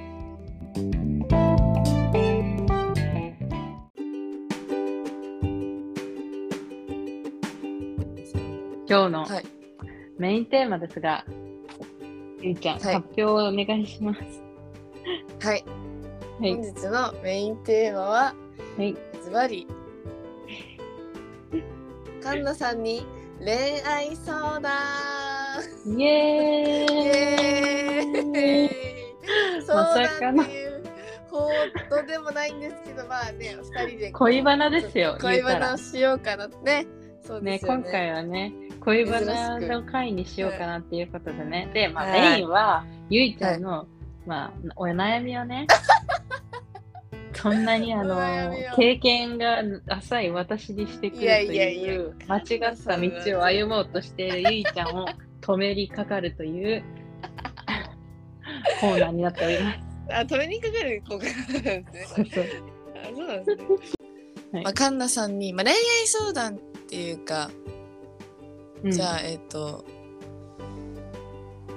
B: 今日の
A: はい
B: メインテーマですが、ゆいちゃん、
A: はい
B: 発表をお願いします。
A: はい。
B: はい
A: 本。日のメインテーマは
B: はい、
A: ズバリ。カンナさんに恋愛相談。
B: イエ
A: イ
B: ーイ
A: エーイ相
B: まさか
A: 談
B: の
A: っていうほどでもないんですけど、まあね、二人で
B: 恋バナですよ、
A: 恋バ
B: 言うた
A: ナ
B: ら
A: をしようかなね。そう
B: ね
A: ですよ
B: 今
A: ね。
B: 回はね、恋バナ
A: 珍し
B: の回にしようかなっていうことでね。で、まあ、
A: はい
B: メインは、ゆいちゃんの、まあ、お悩みをね、そんなにあの
A: 悩みを
B: 経験が浅い私にしてくると
A: いやいやいや
B: いう間違った道を歩もうとしているゆいちゃんを止めにかかるという コーナーになっております。
A: あ止めにかかる効果なんですね。 あそうなんですね。
B: はい
A: まあ、カンナさんに、まあ、恋愛相談っていうか、
B: うん
A: じゃあえっ、と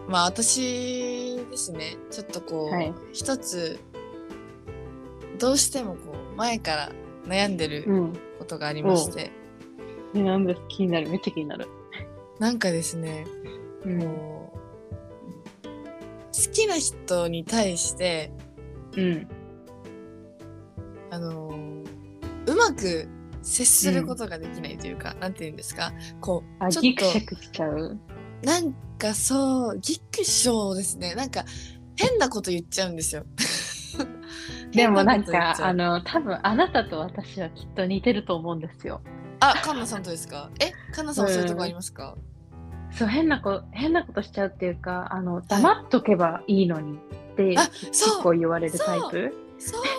A: まあ私ですねちょっとこう、
B: はい
A: 一つどうしてもこう前から悩んでる
B: うん。
A: ことがありまして、
B: えなんだ気になるめっちゃ気になる。
A: なんかですね
B: うん。
A: こう好きな人に対して
B: うん。
A: あのうまく接することができないというか、なんて言うんですかこ
B: あ
A: うちょ
B: ギ
A: っ
B: クシャ
A: と
B: クしちゃう。
A: なんかそうぎっくしょうですねなんか変なこと言っちゃうんですよ
B: でもなん
A: 変こと
B: か
A: 言っちゃう
B: あの多分あなたと私はきっと似てると思うんですよ。
A: あカンナさんとですかえカンナさんはそういうとこありますか、
B: そう変なこ変なことしちゃうっていうかあの黙っとけばいいのにって
A: あ
B: 結
A: そ
B: 構
A: う
B: 言われるタイプ。
A: そう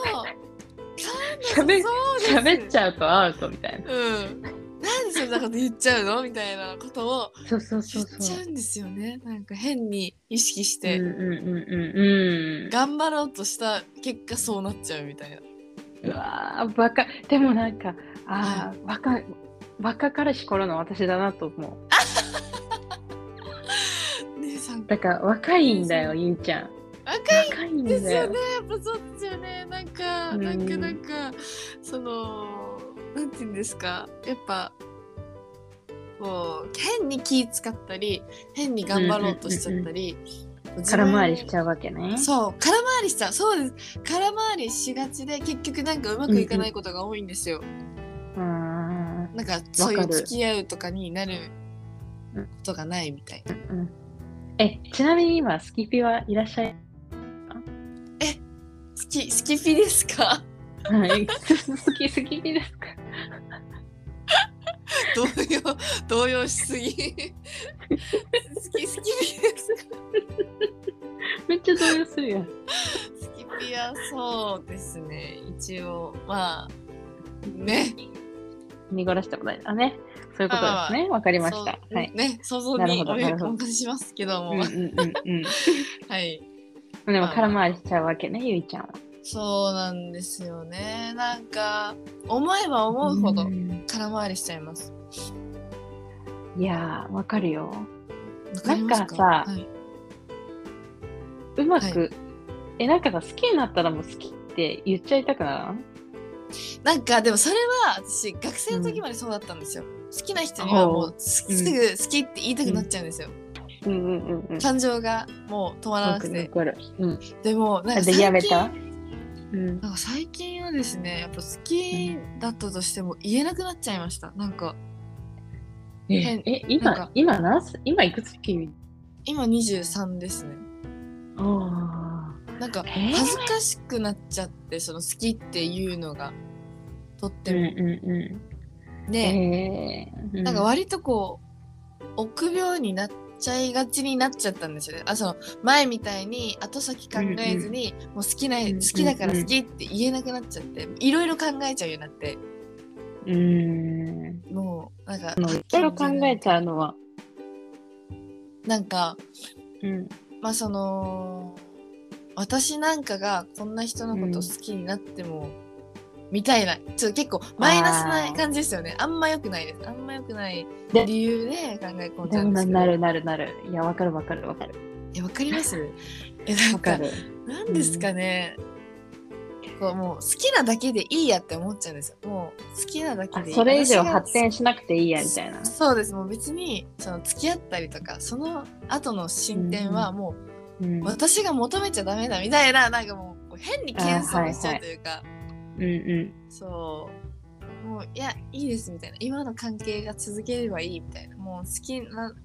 B: し
A: カ
B: ゃ
A: ンナ
B: べ
A: さんそうです
B: 喋っちゃうとアウトみたいな。
A: うんなんでそんなこと言っちゃうのみたいなことを
B: そうそうそ
A: 言
B: う
A: っち
B: そ
A: ゃ
B: う。
A: うんですよねなんか変に意識し
B: うん
A: て
B: うんうんうんうん。
A: 頑張ろうとした結果そうなっちゃうみたいな
B: うわーバカでもなんかああバカバカ彼氏頃の私だなと思う。
A: 姉さん
B: だから若いんだよゆいちゃん。
A: 若い
B: 若いん
A: です
B: だ
A: よ
B: よ
A: ね。やっぱそうですよねなんか、
B: うん
A: なんかなんかそのなんて言うんですかやっぱこう変に気使ったり変に頑張ろうとしちゃったり、自分
B: 空回りしちゃうわけね。
A: そう空回りしちゃうそうです空回りしがちで結局なんかうまくいかないことが多いんですよ、
B: うーん
A: なんかそうい
B: わ
A: う
B: かる
A: 付き合うとかになることがないみたいな、
B: うんえちなみに今スキピはいらっしゃい
A: 好き好きピですか
B: はい、好き好きですか。
A: 動揺動揺しすぎ好き好きピですか
B: めっちゃ動揺するやん。
A: スキピはそうですね一応まあね
B: 濁らしたことないです。あね、そういうことですね。わかりました。
A: そう
B: はい。
A: ね想像
B: なる
A: に
B: ほど
A: お
B: なるほど
A: 任せしますけども、
B: うん うんうん
A: はい
B: うん。でも空回りしちゃうわけね、ゆいちゃんは。
A: そうなんですよねなんか思えば思うほど
B: ん
A: 空回りしちゃいます
B: いやー、わかるよ。
A: わかりますか
B: なんかさ
A: はいう
B: まく、
A: は
B: え、なんかさ、好きになったらもう好きって言っちゃいたくな
A: なんかでもそれは私学生の時までそうだったんですよ、好きな人にはも
B: ほ
A: うすすぐ好きって言いたくなっちゃうんですよ、
B: らんうんうんうんうん。
A: 感情がもう止まらな
B: わ
A: く
B: かる
A: て
B: わかる。うん。
A: でもなんか最
B: で、
A: 近
B: やめたうん。
A: なんか最近はですねやっぱ好きだったとしても言えなくなっちゃいましたなんか変
B: え、
A: なんか
B: 今、今何歳今いくつ君
A: 今23ですね
B: あ
A: なんか
B: えー
A: 恥ずかしくなっちゃってその好きっていうのがとっ
B: あ。
A: て
B: うん
A: も、
B: うんうん。
A: で、
B: えー、
A: なんか割とこう臆病になっちゃいがちになっちゃったんですよねあその前みたいに後先考えずに、もう好きな
B: うんうん
A: 好きだから好きって言えなくなっちゃっていろいろ考えちゃうようになって
B: うーん。
A: もうなんか
B: あのいろいろ考えちゃうのは、
A: なんか
B: うん、
A: まあその私なんかがこんな人のこと好きになっても、みたいなちょっと結構マイナスな感じですよねあんま良くないですあんま良くない
B: で
A: 理由で考え込んじ
B: で
A: ゃうん
B: も
A: ですけ
B: な
A: ど
B: なるなるなる。いや、わかるわかるわかる。
A: いやわかり ますえなん
B: わ
A: か
B: かる。
A: なんですかね、こうもう好きなだけでいいやって思っちゃうんですよもう好きなだけ
B: あ
A: でいい
B: それ以上発
A: 私が
B: 展しなくていいやみたいな。
A: そうですもう別にその付き合ったりとかその後の進展はも
B: うん
A: う私が求めちゃダメだみたいななんかもうこう変に謙遜しちゃうというか、
B: うんう
A: そうもういやいいですみたいな今の関係が続ければいいみたいなもう好きな好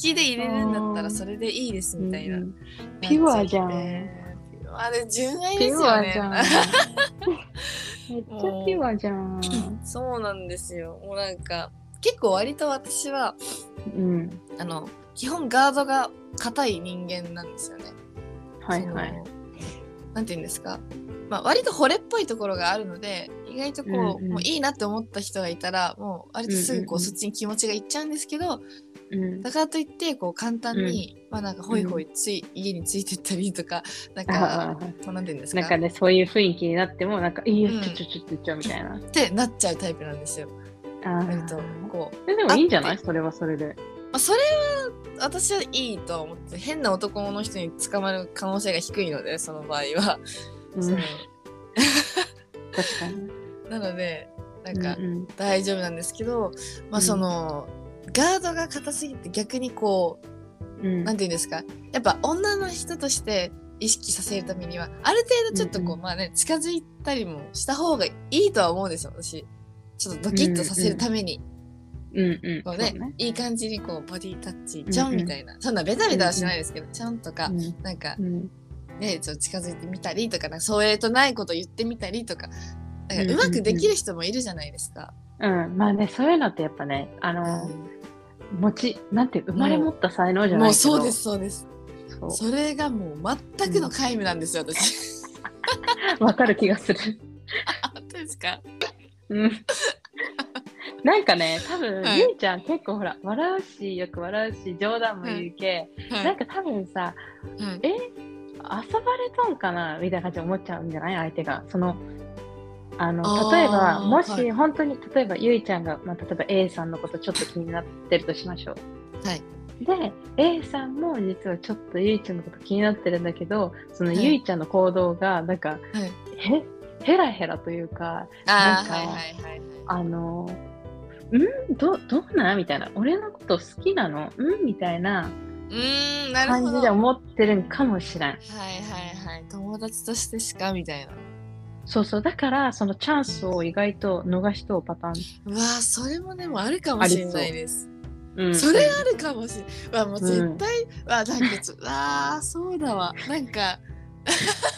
A: きでいれるんだったらそれでいいです
B: ん。
A: みたいな、
B: うんピュアじゃん
A: なっちってピュアで純愛
B: ピ
A: です
B: ュ
A: よ
B: ア
A: ね
B: じゃん。めっちゃピュアじゃん。
A: そうなんですよ。もうなんか結構割と私は
B: うん。
A: あの基本ガードが硬い人間なんですよね。
B: はいはい。
A: そのなんて言うんですか、まあ、割と惚れっぽいところがあるので意外とこう,、
B: うんうん
A: もういいなって思った人がいたらもう割とすぐこう、
B: うんうんう
A: そ
B: ん
A: っちに気持ちがいっちゃうんですけど
B: うん
A: だからといってこう簡単に、まあなんかホイホイつい、家についてったりとかなん
B: あ
A: か
B: ー
A: こうなんて言うんですか
B: なんかね、そういう雰囲気になっても、なんか、いいよ
A: うん、
B: ちょちょちょちょちょみたいな。
A: ってなっちゃうタイプなんですよ
B: あ
A: 割と
B: ー
A: こう
B: えでもいいんじゃないそれはそれで。
A: まあ、それは私はいいとは思って変な男の人に捕まる可能性が低いのでその場合は、
B: うん、
A: その
B: 確かに。
A: なのでなんか
B: うんうん
A: 大丈夫なんですけど、ま
B: うん
A: あその、ガードが硬すぎて逆にこう
B: うん
A: 何て言うんですかやっぱ女の人として意識させるためにはある程度ちょっとこう、
B: うん
A: まあね近づいたりもした方がいいとは思うんですよ私ちょっとドキッとさせるために、
B: うんうん。
A: こうね
B: そう
A: いい感じにこうボディタッチちょ
B: うん
A: ん
B: うん
A: みたいな、そんなベタベタはしないですけど、ちゃんとか、
B: ね
A: なんか
B: うんうん
A: ね、ちょっと近づいてみたりとかなんかそういうとないこと言ってみたりとかなんかうまくできる人もいるじゃないですか。
B: うん、まあね、そういうのってやっぱね、あの、持ち、なんていう、生まれ持った才能じゃ
A: も
B: ないうけど、
A: そうですそうです
B: そう。
A: それがもう全くの皆無なんですよ、 私。
B: わかる気がする。
A: あ本当ですか
B: うん。 なんかね、多分、
A: はい
B: ゆいちゃん結構ほら、笑うし、よく笑うし、冗談も言うけ、
A: はい
B: なんか多分さ、
A: はい
B: 遊ばれとんかなみたいな感じで思っちゃうんじゃない相手が。そのあ
A: あ
B: の
A: ー
B: 例えば、も
A: は
B: し
A: い
B: 本当に、例えばゆいちゃんが、まあ、例えば A さんのことちょっと気になってるとしましょう。
A: はい
B: で A さんも実はちょっとゆいちゃんのこと気になってるんだけどその
A: はい
B: ゆいちゃんの行動がなんか、
A: はい
B: へへらへらというかな
A: あ
B: ん
A: ー
B: か
A: はいはいはいはい
B: あのんどどうなんみたいな俺のこと好きなのんみたいな
A: うーんなる
B: 感
A: ほ
B: じ
A: ど
B: で
A: はい
B: 思ってるんかもしれん
A: はいはい友達としてしかみたいな
B: そうそうだからそのチャンスを意外と逃しとうパター
A: う
B: ン
A: わーそれもでもあるかもしれないです
B: うん
A: それあるかもしれん。わ、もう絶対、わ、なんかちょ、 わあ、そうだわ。なんか、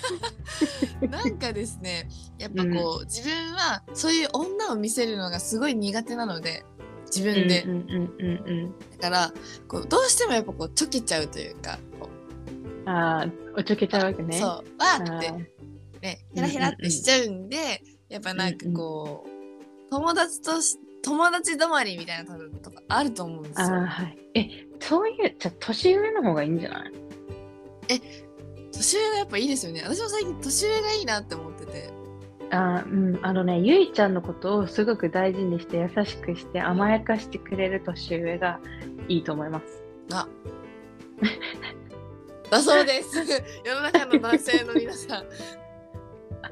A: なんかですね、やっぱこう、自分はそういう女を見せるのがすごい苦手なので、自分で。
B: うんうんうん
A: だから、こう、どうしてもやっぱこう、ちょけちゃうというか、こう
B: うんああおちょけちゃうわけね
A: そう、わ
B: あ
A: ーって
B: ー、
A: ね、ヘラヘラってしちゃうんで、やっぱなんかこう、友達とし、友達止まりみたいな多分とかあると思うんです
B: あー
A: よ。
B: はいえそういうじゃあ年上の方がいいんじゃない
A: 年上がやっぱいいですよね。私も最近年上がいいなって思ってて。
B: あーうん、あのねゆいちゃんのことをすごく大事にして優しくして甘やかしてくれる年上がいいと思います。
A: だそうです。世の中の男性の皆さん。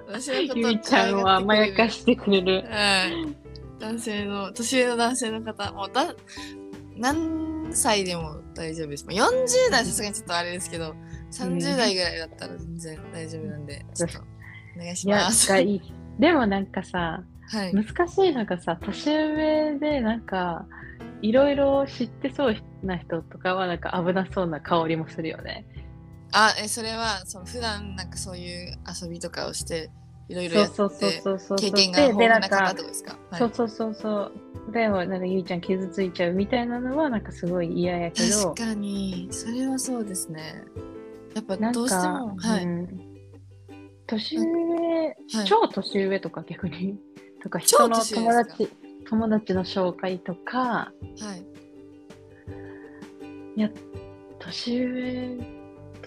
A: 私のこと
B: ゆいちゃんを甘やかしてくれる。
A: はい。男性の、年上の男性の方、もうだ、何歳でも大丈夫です。まあ40代はさすがにちょっとあれですけど、30代ぐらいだったら全然大丈夫なんで、ちょっとお願いし
B: いや
A: ます。
B: が
A: はい。
B: いいでもなんかさ
A: はい
B: 難しいのがさ年上でなんかいろいろ知ってそうな人とかはなんか危なそうな香りもするよね。
A: あ、え、それは、その普段なんかそういう遊びとかをして、いろいろ
B: そう
A: やって、
B: そうそうそうそう。
A: 経験が
B: で
A: 豊富
B: でな
A: なん方
B: か
A: とかですかはい
B: そうそうそうそう。でもなんかゆいちゃん傷ついちゃうみたいなのはなんかすごい嫌やけど。
A: 確かにそれはそうですねやっぱ
B: なんか、
A: どうしてもはい、
B: うん年上、
A: はい、
B: 超年上とか逆に、とか人
A: 超
B: の
A: 年上
B: 友達、友達の紹介とか、
A: はい、
B: 年上、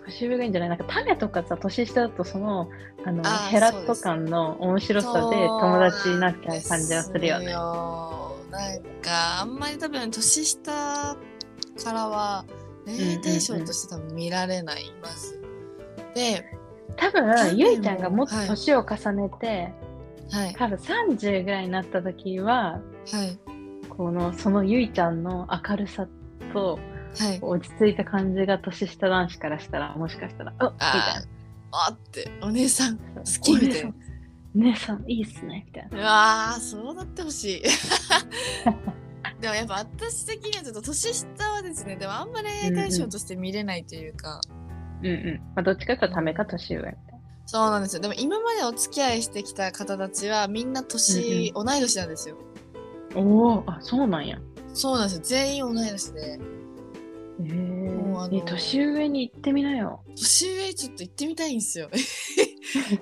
B: 年上がいいんじゃないなんか種とかさ、年下だとその、あの、
A: あー
B: ヘラット感の面白さで友達になっちゃう感じはするよね。
A: そうなんですよなんかあんまり多分年下からは恋愛対象として多分見られないまずで
B: 多
A: 種
B: 分、
A: も
B: ゆいちゃんがもっと
A: はい
B: 年を重ねて、
A: はい
B: 多分30ぐらいになった時
A: は
B: は、
A: い
B: この、そのゆいちゃんの明るさと、
A: はい
B: 落ち着いた感じが年下男子からしたらもしかしたら「あみ
A: あ
B: たい
A: ーあってお姉さん
B: な「
A: 好き」みたいな
B: 姉さん姉さんいいっすね」みたいな
A: うわーそうなってほしいでもやっぱ私的にはちょっと年下はですねでもあんまり恋愛対象として見れないというか、
B: うんうん、まあ、どっちかというとためか年上みたい
A: そうなんですよでも今までお付き合いしてきた方たちはみんな年、同い年なんですよ
B: なおおあそうなんや
A: そうなんですよ全員同い年で
B: へ
A: もうあの
B: え年上に行ってみなよ
A: 年上ちょっと行ってみたいんですよ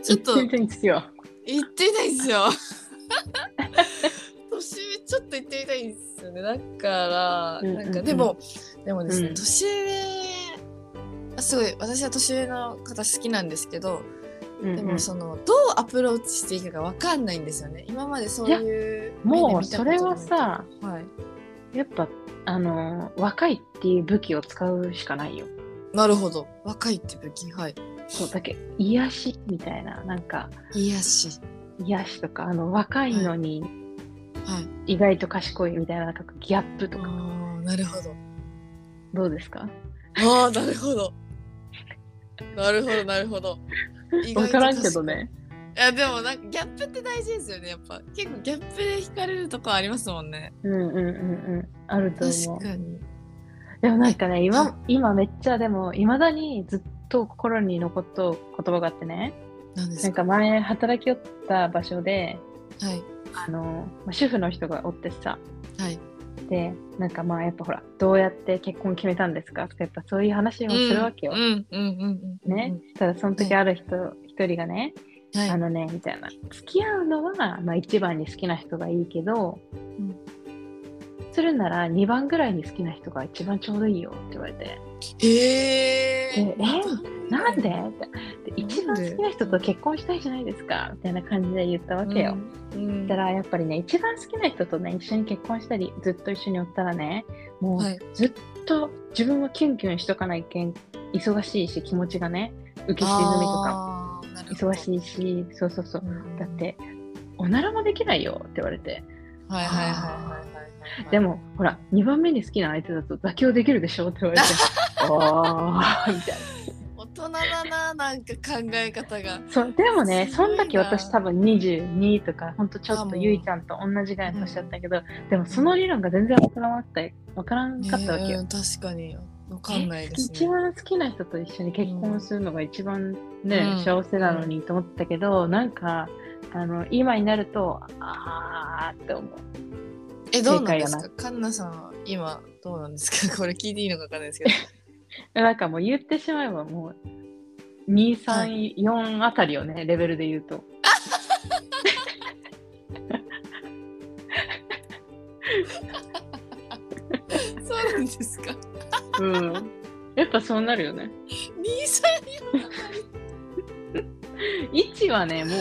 A: ちょっと
B: 行てみたいんですよ。
A: 行ってみたいん ですよ。年上ちょっと行ってみたいんですよね。だから、
B: うんうんうん
A: なんかでも、でもですね、
B: うん
A: 年上、すごい、私は年上の方好きなんですけど、
B: うんうん
A: でもその、どうアプローチしていいかがわかんないんですよね。今までそういう目で
B: もう
A: 見たこ
B: そ
A: とな
B: れ
A: い
B: はさ、
A: はい。
B: やっぱあの若いっていう武器を使うしかないよ。
A: なるほど。若いって武器、はい。
B: そうだけど癒しみたいななんか
A: 癒やし。
B: 癒しとかあの若いのに
A: はい。
B: 意外と賢いみたいななんかギャップ
A: あ
B: とか
A: ーなるほど。
B: どうですか？
A: ああ、なるほど。なるほど、なるほど。意
B: わ
A: 外と
B: からんけどね。
A: 確かに。いや、でも、なんか、ギャップって大事ですよね、やっぱ。結構、ギャップで惹かれるとこありますもんね。
B: うんうんうんうんあると思う
A: 確。かに。
B: でもなんかね
A: はい
B: 今今めっちゃでもいまだにずっと心に残った言葉があってね
A: なんで
B: な
A: す
B: ん
A: か
B: か前働きよった場所で
A: はい。
B: あのまあ主婦の人がおってさ
A: はい。
B: でなんかまあやっぱほらどうやって結婚決めたんですかとかやっぱそういう話をするわけよ。
A: うん、うん、うん、うん。
B: ね、したらその時ある人一人がね、
A: うん。はい。
B: あのねみたいな付き合うのは、まあ、一番に好きな人がいいけど、
A: うん
B: するなら2番ぐらいに好きな人が一番ちょうどいいよって言われて。
A: え
B: え
A: ー、
B: なんで
A: で
B: って一番好きな人と結婚したいじゃないですかみたいな感じで言ったわけよ。
A: うん。
B: そしたらやっぱりね一番好きな人とね一緒に結婚したりずっと一緒におったらねもう
A: はい。
B: ずっと自分はキュンキュンしとかないけん忙しいし気持ちがね浮き沈みと
A: あ
B: か
A: ーなるほど
B: 忙しいしそうそうそう
A: うん
B: だっておならもできないよって言われて
A: はいはいはいはいはいはい
B: でもほら2番目に好きな相手だと妥協できるでしょって 言われてああみたいな。
A: 大人だななんか考え方が
B: そうでもね
A: すご
B: そ
A: いなん
B: だけ私多分22とかほんとちょっとゆいちゃんと同じぐらいの年だったけど、でもその理論が全然わからなかったわからんかったわけ
A: ね
B: よ、
A: うん確かにわかんないです
B: 一
A: ね
B: 番好きな人と一緒に結婚するのが一番ね、
A: うん
B: 幸せなのにと思ったけど、なんかあの今になるとあーって思う
A: えどうなんです
B: 正解
A: かカンナさんは今どうなんですか これ聞いていいのかわかんないですけど
B: なんかもう言ってしまえばもう234あたりよね、レベルで言うと
A: そうなんですか
B: うんやっぱそうなるよね
A: 兄さ
B: 1はねも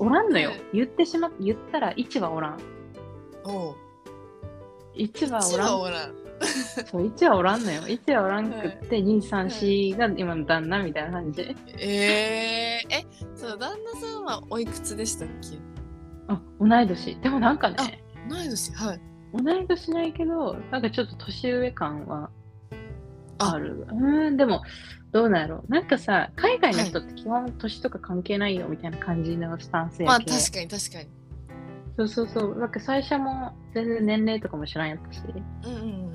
B: うおらんのよ
A: はい
B: 言ってしま言ったら1はおらん
A: んおう
B: 1はお
A: 千
B: ら
A: 葉
B: ん
A: おらん
B: そう1はおらんのよ1はおらんくって、234が今の旦那みたいな感じ
A: えー、えそう旦那さんはおいくつでしたっけ
B: あ同い年でもなんかね
A: 同い年はい
B: 同い年ないけどなんかちょっと年上感は
A: あ
B: あるうんでもどうなんやろうなんかさ海外の人って基本年とか関係ないよみたいな感じのスタンス
A: ま
B: や
A: あ
B: け、
A: 確かに確かに
B: そうそうそうなんか最初も全然年齢とかも知らんやったし
A: うんうんうんうんうん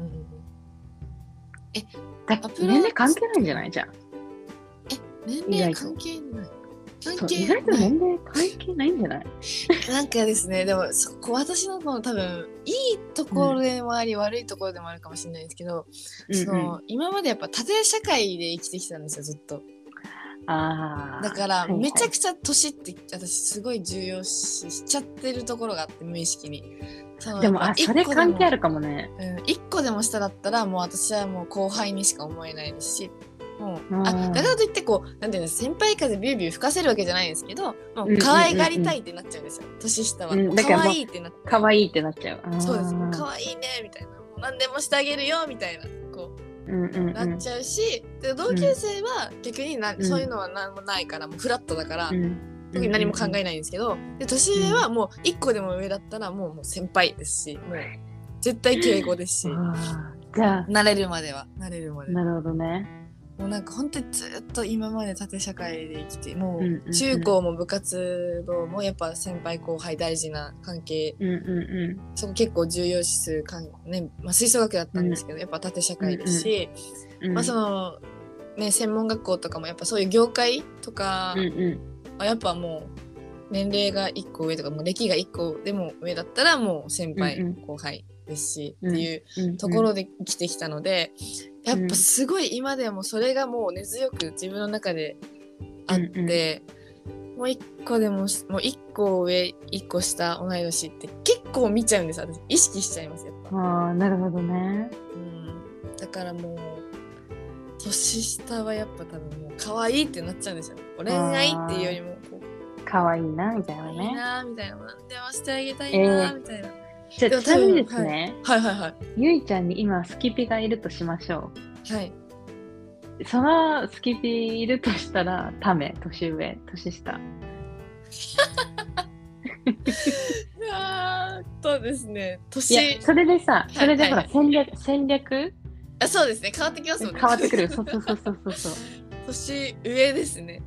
B: だ
A: アプローチ
B: 年齢関係ないんじゃないじゃん
A: 年
B: 意
A: 齢
B: 外と
A: 関係ない
B: そ
A: 関
B: う
A: 係
B: 意外と
A: ない
B: 年齢関係ないんじゃない
A: なんかですねでもそこ私の方の多分いいところでもあり、悪いところでもあるかもしれないですけど、そ
B: うんうん
A: の今までやっぱ縦社会で生きてきたんですよずっと
B: ああ
A: だから
B: はいはい
A: めちゃくちゃ年って私すごい重要視しちゃってるところがあって無意識にその
B: でも
A: やっ
B: あ
A: ぱ
B: それ
A: 一個でも
B: 関係あるかもね
A: うん、1個でも下だったらもう私はもう後輩にしか思えないですしもう
B: あ
A: あ
B: ー
A: だからといってこうなんていうの先輩風ビュービュー吹かせるわけじゃないんですけどもう可愛がりたいってなっちゃうんですよ、年下は、
B: うん
A: もう
B: だから
A: 可
B: もう
A: 愛いってなって
B: 可愛いってなっちゃうあー
A: そうです可愛いねみたいなもう何でもしてあげるよみたいなこ
B: うんうんう
A: うなっ
B: ん
A: ちゃうし、で同級生は逆にな、
B: ん
A: そういうのは何もないからもうフラットだから、
B: うん
A: 特に何も考えないんですけどで年上はもう1個でも上だったらもうもう先輩ですしもう絶対敬語ですし
B: あーじゃあ
A: 慣れるまでは慣れるまで
B: なるほどね
A: もうなんか本当にずっと今まで縦社会で生きても
B: うんうんう
A: うん中高も部活動もやっぱ先輩後輩大事な関係
B: うんう
A: そこ結構重要視するかん、ねまあ、吹奏楽だったんですけど、やっぱ縦社会ですし、
B: んうん
A: まあ、その、ね、専門学校とかもやっぱそういう業界とか
B: うん、うん
A: あやっぱもう年齢が1個上とかもう歴が1個でも上だったらもう先輩、
B: うんうん
A: 後輩ですし、
B: うん
A: っていう
B: うん
A: ところで生きてきたので、やっぱすごい今でもそれがもう根強く自分の中であって、
B: うんうん
A: もうもう一個でもしもう一個上一個下同い年って結構見ちゃうんです私意識しちゃいますやっぱ、
B: ああ、なるほどね。
A: うん、だからもう年下はやっぱ多分もう可愛いってなっちゃうんですよねこう恋愛っていうよりもこう
B: かわいいな、みたい
A: 可
B: な
A: 愛い
B: ね。
A: なみたいな何でもしてあげたいな
B: えー
A: みたいな、
B: じゃ
A: で
B: あ、
A: も
B: ちなみにですね、
A: はいはいはい
B: ゆいちゃんに今、スキピがいるとしましょ
A: はい。
B: う。そのスキピいるとしたら、ため、年上、年下。
A: あーっとですね、
B: いや
A: 年、
B: それでさ、それでほ
A: は
B: ら、
A: い
B: 戦略、戦略
A: あ、そうですね、変わってきますもんね。
B: 変わってくる。そうそうそうそうそうそう。
A: 年上ですね。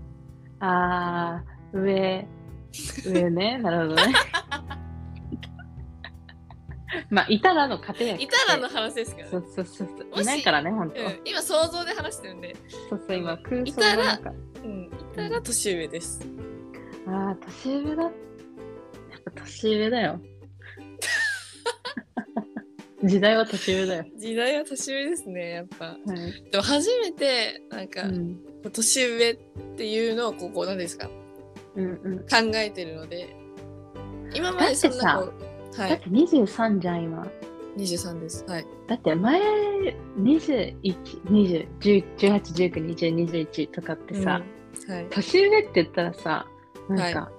B: あー、上、上ね、なるほどね。 まあ、いたらの家庭や
A: いたらの話ですけどね、
B: そうそうそう
A: も
B: そう。
A: し
B: いないからね、本当。
A: うん、今想像で話してるんで、
B: そうそう、今、空想
A: いた
B: の
A: ら
B: 中。
A: うん、いたら年上です。
B: ああ、年上だ。やっぱ年上だ よ。時代は年上だよ。
A: 時代は年上ですね、やっぱ。
B: はい。
A: でも初めて、なんか、
B: うん。
A: こう年上っていうのを、こう、こう、なんですか、
B: うんうん。
A: 考えてるので、今までそんなこう、は
B: だっ
A: い、
B: て23じゃん、今。
A: 23です。はい。
B: だって前、21、20、10 18、19、20、21とかってさ、
A: うんはい。
B: 年上って言ったらさ、なんか、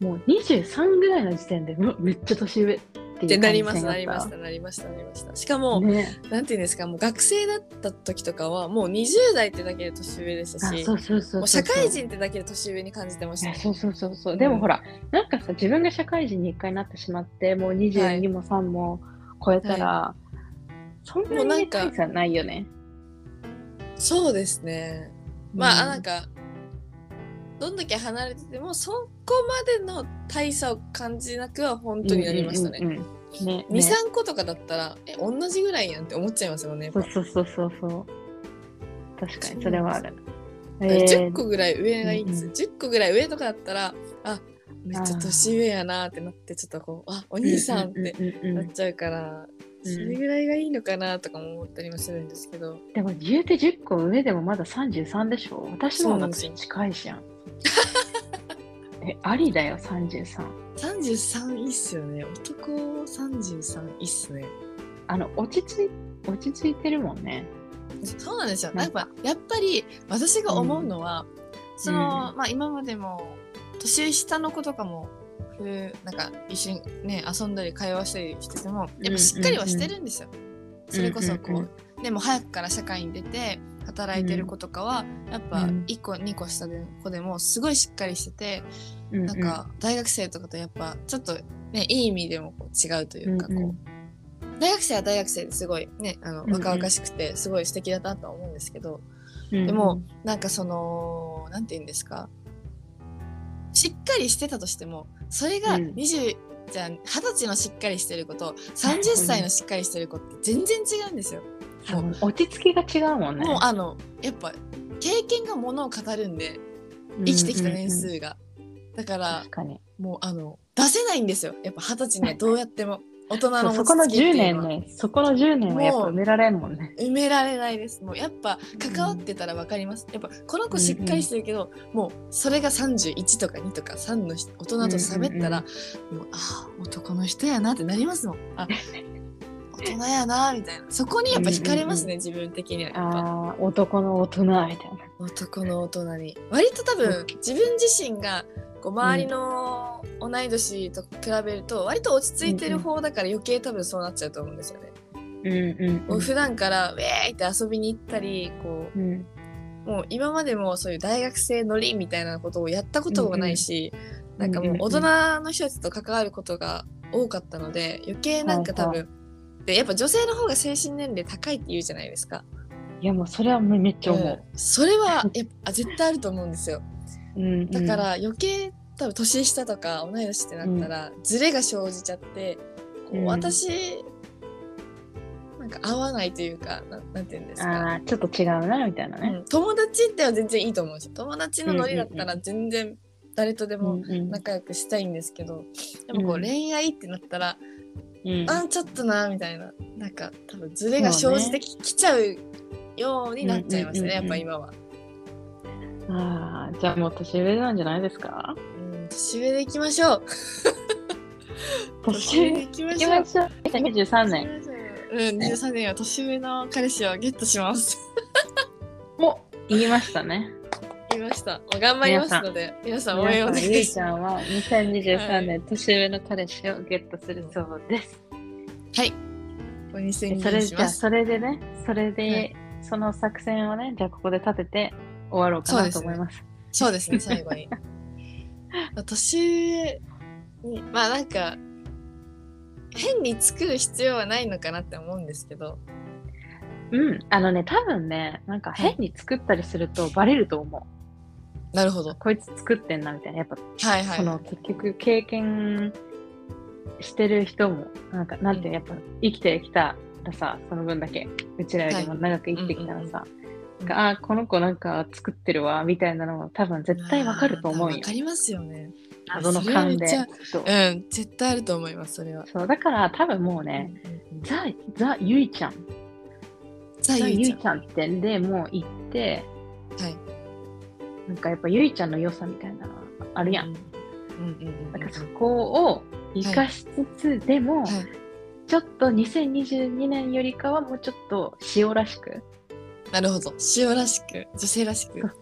B: もう23ぐらいの時点で、うわめっちゃ年上ってい
A: で
B: う
A: な
B: 感
A: り
B: じ
A: ます、なりました、なりました、なりました。しかも、
B: ね、
A: なんていうんですか、もう学生だった時とかは、もう20代ってだけで年上でし
B: あ
A: たし、
B: そうそうそうそう
A: もう社会人ってだけで年上に感じてまし
B: い
A: た
B: や
A: ね。
B: そうそうそうそうでもほら、なんかさ自分が社会人に一回なってしまってもう
A: はい
B: 22も3も超えたら、そん
A: もう
B: な
A: な
B: に
A: んか
B: 大差ないよね。
A: そうですね。まあ、
B: うん
A: なんか、どんだけ離れてても、そこまでの大差を感じなくは本当になりましたね。
B: うんうんうんうんね
A: 2、
B: ね
A: 3個とかだったら、え、同じぐらいやんって思っちゃいますもんね。やっ
B: そ
A: ぱ
B: うそうそうそうそう確かにそれはある。え
A: 10
B: ー
A: 個ぐらい上がいいんです、
B: うんうん
A: 10個ぐらい上とかだったら、あ、めっちゃ年上やなってなって、ちょっとこう、あ、お兄さんって
B: うんうんうん
A: な
B: う
A: っ
B: ん
A: ちゃうから、
B: うん
A: それぐらいがいいのかなとかも思ったりもするんですけど、
B: でも言うて10個上でもまだ33でしょ私の方が年近いじゃん。 えありだよ33。
A: 33いいっすよね男33いいっすね
B: あの落ち着い落ち着いてるもんね。
A: そうなんですよ
B: な
A: や
B: ん
A: っぱやっぱり私が思うのは、その、まあ今までも年下の子とかもこういうなんか一緒にね遊んだり会話したりしててもやっぱしっかりはしてるんですよ、それこそこう、
B: うんうん
A: でも早くから社会に出て働いてる子とかは、やっぱ
B: うん
A: 1個2個下の子でもすごいしっかりしてて、なんか大学生とかとやっぱちょっとねいい意味でもこう違うというかこう、
B: うんう
A: 大学生は大学生ですごいねあの
B: うんうん
A: 若々しくてすごい素敵だなとは思うんですけど、
B: うん
A: でもなんかそのなんて言うんですかしっかりしてたとしてもそれが
B: うん
A: 20、じゃあ20歳のしっかりしてる子と30歳のしっかりしてる子って全然違うんですよ。
B: 多分落ち着きが違うもんね。
A: もうあのやっぱ経験がものを語るんで
B: うん
A: 生きてきた年数が。だから
B: 確かに。
A: もうあの出せないんですよやっぱ二十歳にはどうやっても大人
B: そ
A: の
B: うそこの
A: 餅つきっ
B: 10
A: ていう
B: 年
A: のは
B: ね、そこの10年はやっぱ
A: もう
B: 埋められんもんね。
A: 埋められないですもうやっぱ関わってたら分かります、やっぱこの子しっかりしてるけど、もうそれが31とか2とか3の人大人と喋ったら、もうああ男の人やなってなりますもん あ大人やなみたいなそこにやっぱ惹かれますね、自分的にはやっぱ
B: ああ、男の大人みたい
A: 男の大人に割と多分自分自身がこう周りの同い年と比べると割と落ち着いてる方だから余計多分そうなっちゃうと思うんですよね。
B: な。うんうん
A: こう普段からウェーイって遊びに行ったりこ
B: うん。うん
A: うもう今までもそういう大学生乗りみたいなことをやったことがないし、なんかもう大人の人たちと関わることが多かったので余計なんか多
B: はい
A: 分、でやっぱ女性の方が精神年齢高いって言うじゃないですか。
B: いやもうそれはめっちゃ思
A: うんそれはやっぱあ絶対あると思うんですよ。
B: う。うん
A: だから、余計多分年下とか同い年ってなったら、ズレが生じちゃってこう、
B: うん
A: 私なんか合わないというかななんて言うんですか、
B: ああー、ちょっと違うなみたいな
A: う
B: ね。
A: ん、友達では全然いいと思うし友達のノリだった
B: う
A: ら全然誰とで
B: う
A: も
B: んうん
A: 仲良くしたいんですけど、でもこ
B: う
A: うん恋愛ってなったら、
B: うん
A: あちょっとなみたいななんか多分ズレが生じてき,、ちゃうようになっちゃいますね、
B: うんうんうんうん
A: やっぱ今は。
B: ああ、じゃあもう年上なんじゃないですか
A: う年上で行きましょう。
B: 年上
A: 行きま
B: 行きましょう。2023年。
A: うん、23年は年上の彼氏をゲットし ます。
B: お言いましたね。
A: 言いました。もう頑張りますので、皆さん応援お願
B: 皆さんゆ
A: い
B: い
A: し
B: ち
A: ま
B: ゃんは2023年年上の彼氏をゲットするそうです。
A: す。応援宣
B: それ
A: 言し
B: じゃ
A: ま
B: あ
A: す。
B: それでね、それで、
A: はい
B: その作戦をね、じゃあここで立てて終わろうかなと思います。
A: そうですね、最後に。年上に、まあなんか、変に作る必要はないのかなって思うんですけど、
B: うん、あのね、多分ね、なんか変に作ったりするとバレると思う。
A: なるほど。は
B: こいつ作ってんなみたいな。やっぱ、
A: いはい。
B: その結局経験してる人も、なんか、なんていうのやっぱ生きてきたらさ、その分だけ、うちらよりも長く生きてきたらさ、
A: うんうんうん
B: なんかあーこの子なんか作ってるわみたいなのも多分絶対わかると思う
A: わ
B: よ
A: か。りますよね。
B: 謎の勘で
A: それは。
B: そう
A: うん、絶対あると思います、それは。
B: そうだから多分もうね、ザ・ザ・ゆいちゃん、
A: さあ、
B: ザ・
A: ゆ
B: ゆ
A: いちゃ
B: いちゃんってでもう行って、
A: はい
B: なんかやっぱゆいちゃんの良さみたいなのあるや
A: ん。う
B: ん。
A: んうんうんうん
B: だからそこを生かしつつ、でも、
A: はい
B: ちょっと2022年よりかはもうちょっと塩らしく、
A: なるほど。塩らしく、女性らしく。は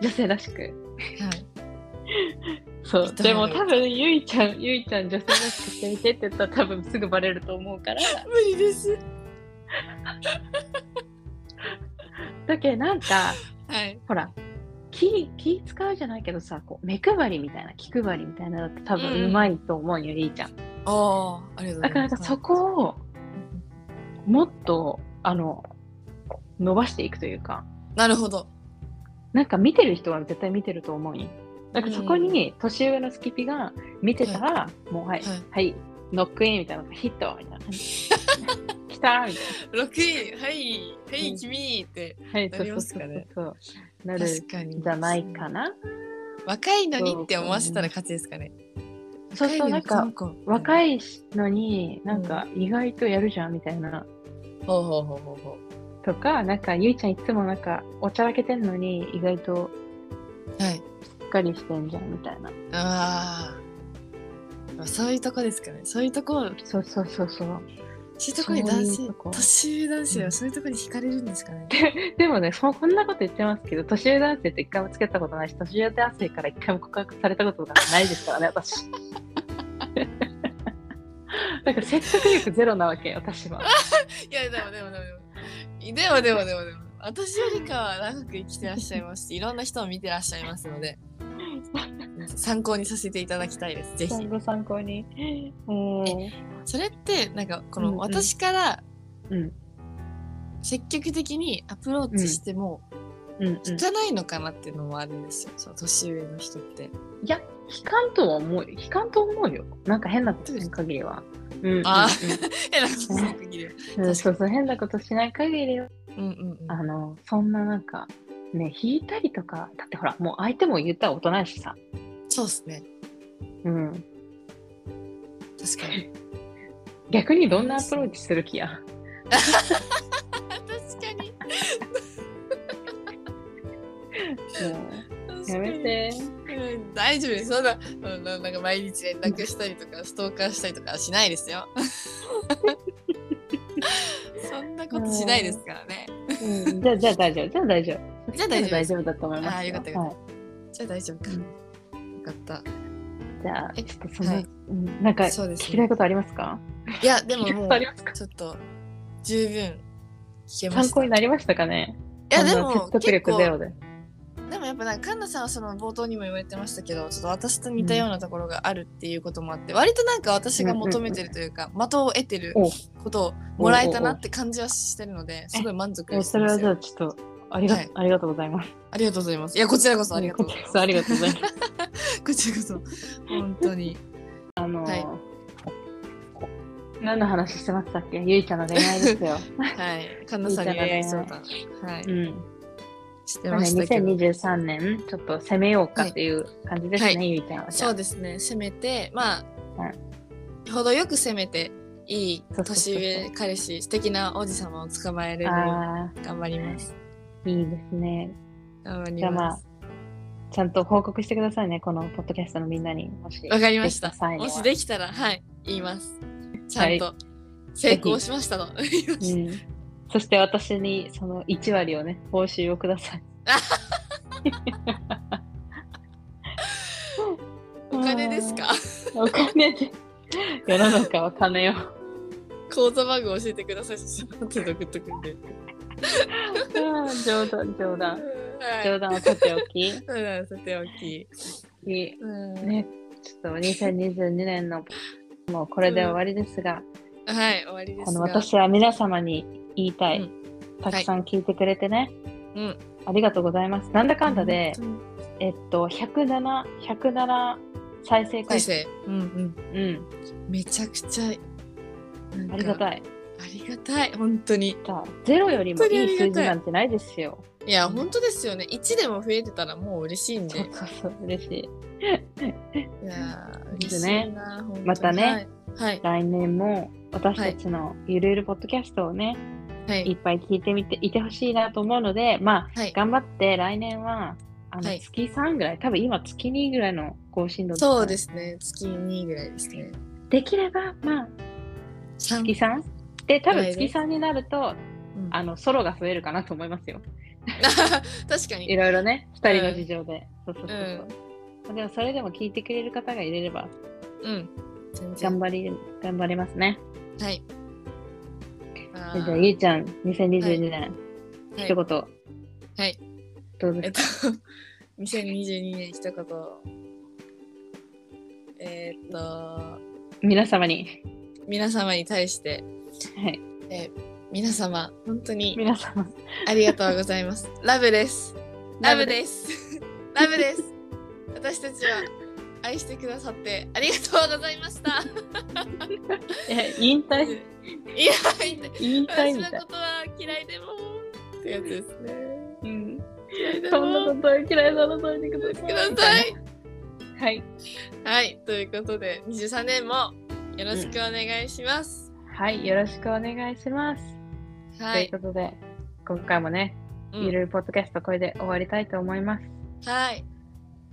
B: 女性らしく。
A: い。
B: そう。でも
A: 認め
B: 多
A: ら
B: 分ゆいちゃん、ゆいちゃん女性らしくしてみてって言ったら多分すぐバレると思うから。
A: 無理です。
B: だけどなんか、
A: はい。
B: ほら気気使うじゃないけどさこう目配りみたいな気配りみたいなのだと
A: う
B: 多
A: ん
B: 分うまいと思うよ、りーちゃん
A: ああ、ありがとうございます。
B: だからなんかそこをもっとあの伸ばしていくというか
A: なるほど。
B: なんか見てる人は絶対見てると思うよなんかそこに年上のスキピが見てたら、もうはい
A: はい
B: はいノックインみたいなヒットみ たいな来たみたい
A: 六位、はい、は
B: う
A: い、
B: ん
A: 君って。
B: なはい
A: なりますかね
B: そうそうそうそうなる
A: 確
B: ん
A: かに。
B: じゃないか。な
A: 若いのにって思わせたら勝ちですかね。
B: そうそうなんか
A: い。
B: 若いのになんか意外とやるじゃんみたいな
A: ほうほうほうほうほ
B: とかなんかゆいちゃんいつもなんかおちゃらけてんのに意外と
A: う。はい。
B: しっかりしてんじゃんみたいな
A: ああ。そういうとこですかね。そういうとこ、
B: そうそうそうそう
A: そういうとこに男
B: そういう
A: 性
B: とこ、
A: 年上男性はそういうとこに惹かれるんですかね。
B: でもねそうこんなこと言ってますけど年上男性と一回もつけたことないし年上男性から一回も告白されたことがないですからね 私なんか説得力ゼロなわけ私はい
A: やでもでもでもでもでもでもでもでも私よりかは長く生きてらっしゃいますしいろんな人を見てらっしゃいますので参考にさせていただきたいですぜひ
B: 今後参考にうん
A: それってなんかこ
B: うんう
A: の
B: ん
A: 私から
B: うん
A: 積極的にアプローチしても
B: うんうん
A: 引かないのかなっていうのもあるんですよその年上の人って
B: いや、悲観とは思うよ。悲観と思うよ。なんか変なことしない限りは。うん、
A: あ
B: う
A: えらくなく切る
B: んうんうんそうそう、変なことしない限りは。
A: うんうんうん
B: あの、そんななんか、ね、引いたりとか、だってほら、もう相手も言ったら大人やしさ。
A: そうですね
B: うん。
A: 確 かに
B: 逆にどんなアプローチする気や。
A: 確かに
B: もう、やめて。
A: うん大丈夫です。そんな、うんななんか毎日連絡したりとか、ストーカーしたりとかはしないです よ。そんなことしないですからね。
B: うん、じゃあ、じゃあ大丈夫。じゃあ大丈夫。
A: じゃあ大丈夫
B: 大丈夫だと思います。
A: あーよかったよか
B: は
A: っ
B: い。
A: じゃあ大丈夫か。
B: うん
A: よかった。
B: じゃあ、
A: え
B: ちょっとその、
A: はい
B: うんなんか、
A: そう
B: 聞
A: ですね
B: きたいことありますか
A: いや、でも
B: 聞きたい
A: も
B: こ
A: う
B: とあ、りますか
A: ちょっと、十分聞けま
B: 参
A: した。
B: 考に
A: い
B: なりましたかね
A: や、で
B: こんな
A: も、
B: 説得
A: 結
B: 力ゼ
A: 構、
B: ロで。
A: でもやっぱなんか、カンナさんはその冒頭にも言われてましたけど、ちょっと私と似たようなところがあるっていうこともあって、割となんか私が求めてるというか、的を得てる
B: お
A: ことをもらえたなって感じはしてるので、すごい満足して
B: え
A: ますよ。
B: それはじゃあちょっとありが,、
A: はい
B: ありがとうございます。
A: ありがとうございます。いや、こちらこそありがとうございます。
B: ありがとうござい ます。
A: こちらこそ、本当 に。
B: あのー
A: はい
B: 何の話してましたっけゆいちゃんの恋愛ですよ。
A: はい。神田さんに恋愛相談、はい、
B: うん。
A: して
B: なの
A: ま
B: で
A: したけど。
B: 2023年ちょっと攻めようかっていう感じですね、
A: は
B: ゆいちゃんは。
A: そう
B: で
A: ですね、せめて、まあ、
B: は
A: ほどよくせめて、いい
B: そうそうそう
A: 年上彼氏、素敵な王子様を捕まえれるよう
B: あ
A: に頑張ります。
B: あ、いいですね。
A: 頑張
B: じゃ
A: り
B: あま
A: ま
B: あ
A: す。
B: ちゃんと報告してくださいね、このポッドキャストのみんなに。もし
A: わかりました
B: でき際には
A: もしできたらはい言いますちゃんと成功しましたと言いました
B: うん、そして私にその1割をね、報酬をください。
A: お金ですか
B: お金で、 世の中は 金を。
A: 口座番号教えてくださいちょっと後で送っとくんで
B: 冗談、冗談。冗
A: は
B: 談をとっておき。
A: いうんさておき
B: い
A: うん
B: ね、ちょっと2022年のもうこれで終わりですが、
A: はい終わりで
B: あ
A: す
B: の
A: が
B: 私は皆様に言いたい、
A: う
B: たくさん聞いてくれてね、
A: うん
B: ありがとうございますなんだかんだで、
A: うん
B: えっと107107再生
A: 大
B: 回数、
A: 勢うん
B: うん、
A: うんめちゃくちゃなんか
B: ありがたい
A: ありがたい本当に
B: さあゼロよりも
A: 本当にあ
B: いい
A: りがた
B: 数
A: い
B: 字なんてないですよ
A: いや本当ですよね1でも増えてたらもう嬉しいんで
B: そうそうそう嬉しい
A: いやー
B: で
A: 嬉
B: す
A: し
B: ね
A: いな、本当に
B: またね
A: はいはい、
B: 来年も私たちのゆるゆるポッドキャストをね、、
A: はいい
B: っぱい聞いてみていてほしいなと思うのでまあ、
A: はい
B: 頑張って来年はあの
A: はい
B: 月3ぐらい、多分今月2ぐらいの更新度
A: そう
B: す
A: ですね月2ぐらいですね
B: できれば、まあ、
A: 三
B: 月 3? で、多
A: は
B: 分
A: い
B: 月3になると、
A: うん
B: あの、ソロが増えるかなと思いますよ。
A: 確かに
B: いろいろね、2人の事情で。そうそうそうそう
A: う。
B: まあでも、それでも聞いてくれる方がいれれば、
A: うん全然
B: 頑張り、頑張れますね。
A: はい
B: じ
A: あ
B: ゃあ、
A: ー
B: ゆいちゃん、2022年、
A: はい
B: 一言、ど
A: はい、
B: う
A: え
B: で
A: っ
B: す
A: と 2022年一言えーっと
B: 皆様に、
A: 皆様に対して
B: はい、
A: 皆様本当に
B: 皆様、
A: ありがとうございますラブですラブです。ラブです。私たちは愛してくださってありがとうございました。
B: す。え、引
A: いや
B: 退、、引退
A: 私
B: み
A: の
B: たい。
A: ことは嫌いでも。ってやつですね。
B: うん、
A: 嫌いでも。
B: そんなことは嫌いなのといてください。
A: ください。
B: はい。
A: はい、ということで、23年もよろしくお願いします。
B: はい、よろしくお願いします。
A: は
B: と
A: い
B: い、うことで、今回もね、
A: うん
B: ゆるいポッドキャスト、これで終わりたいと思います。
A: はい。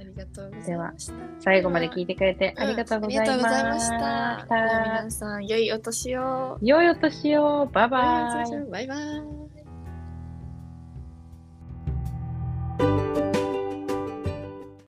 A: ありがとうございました。
B: 最後まで聞
A: い
B: いてくれて
A: て
B: ありがとうございま
A: ありがとうござい
B: し
A: ましたた。皆さん、良いお年を。
B: 良いお年を、バイバイ。
A: バイバイ。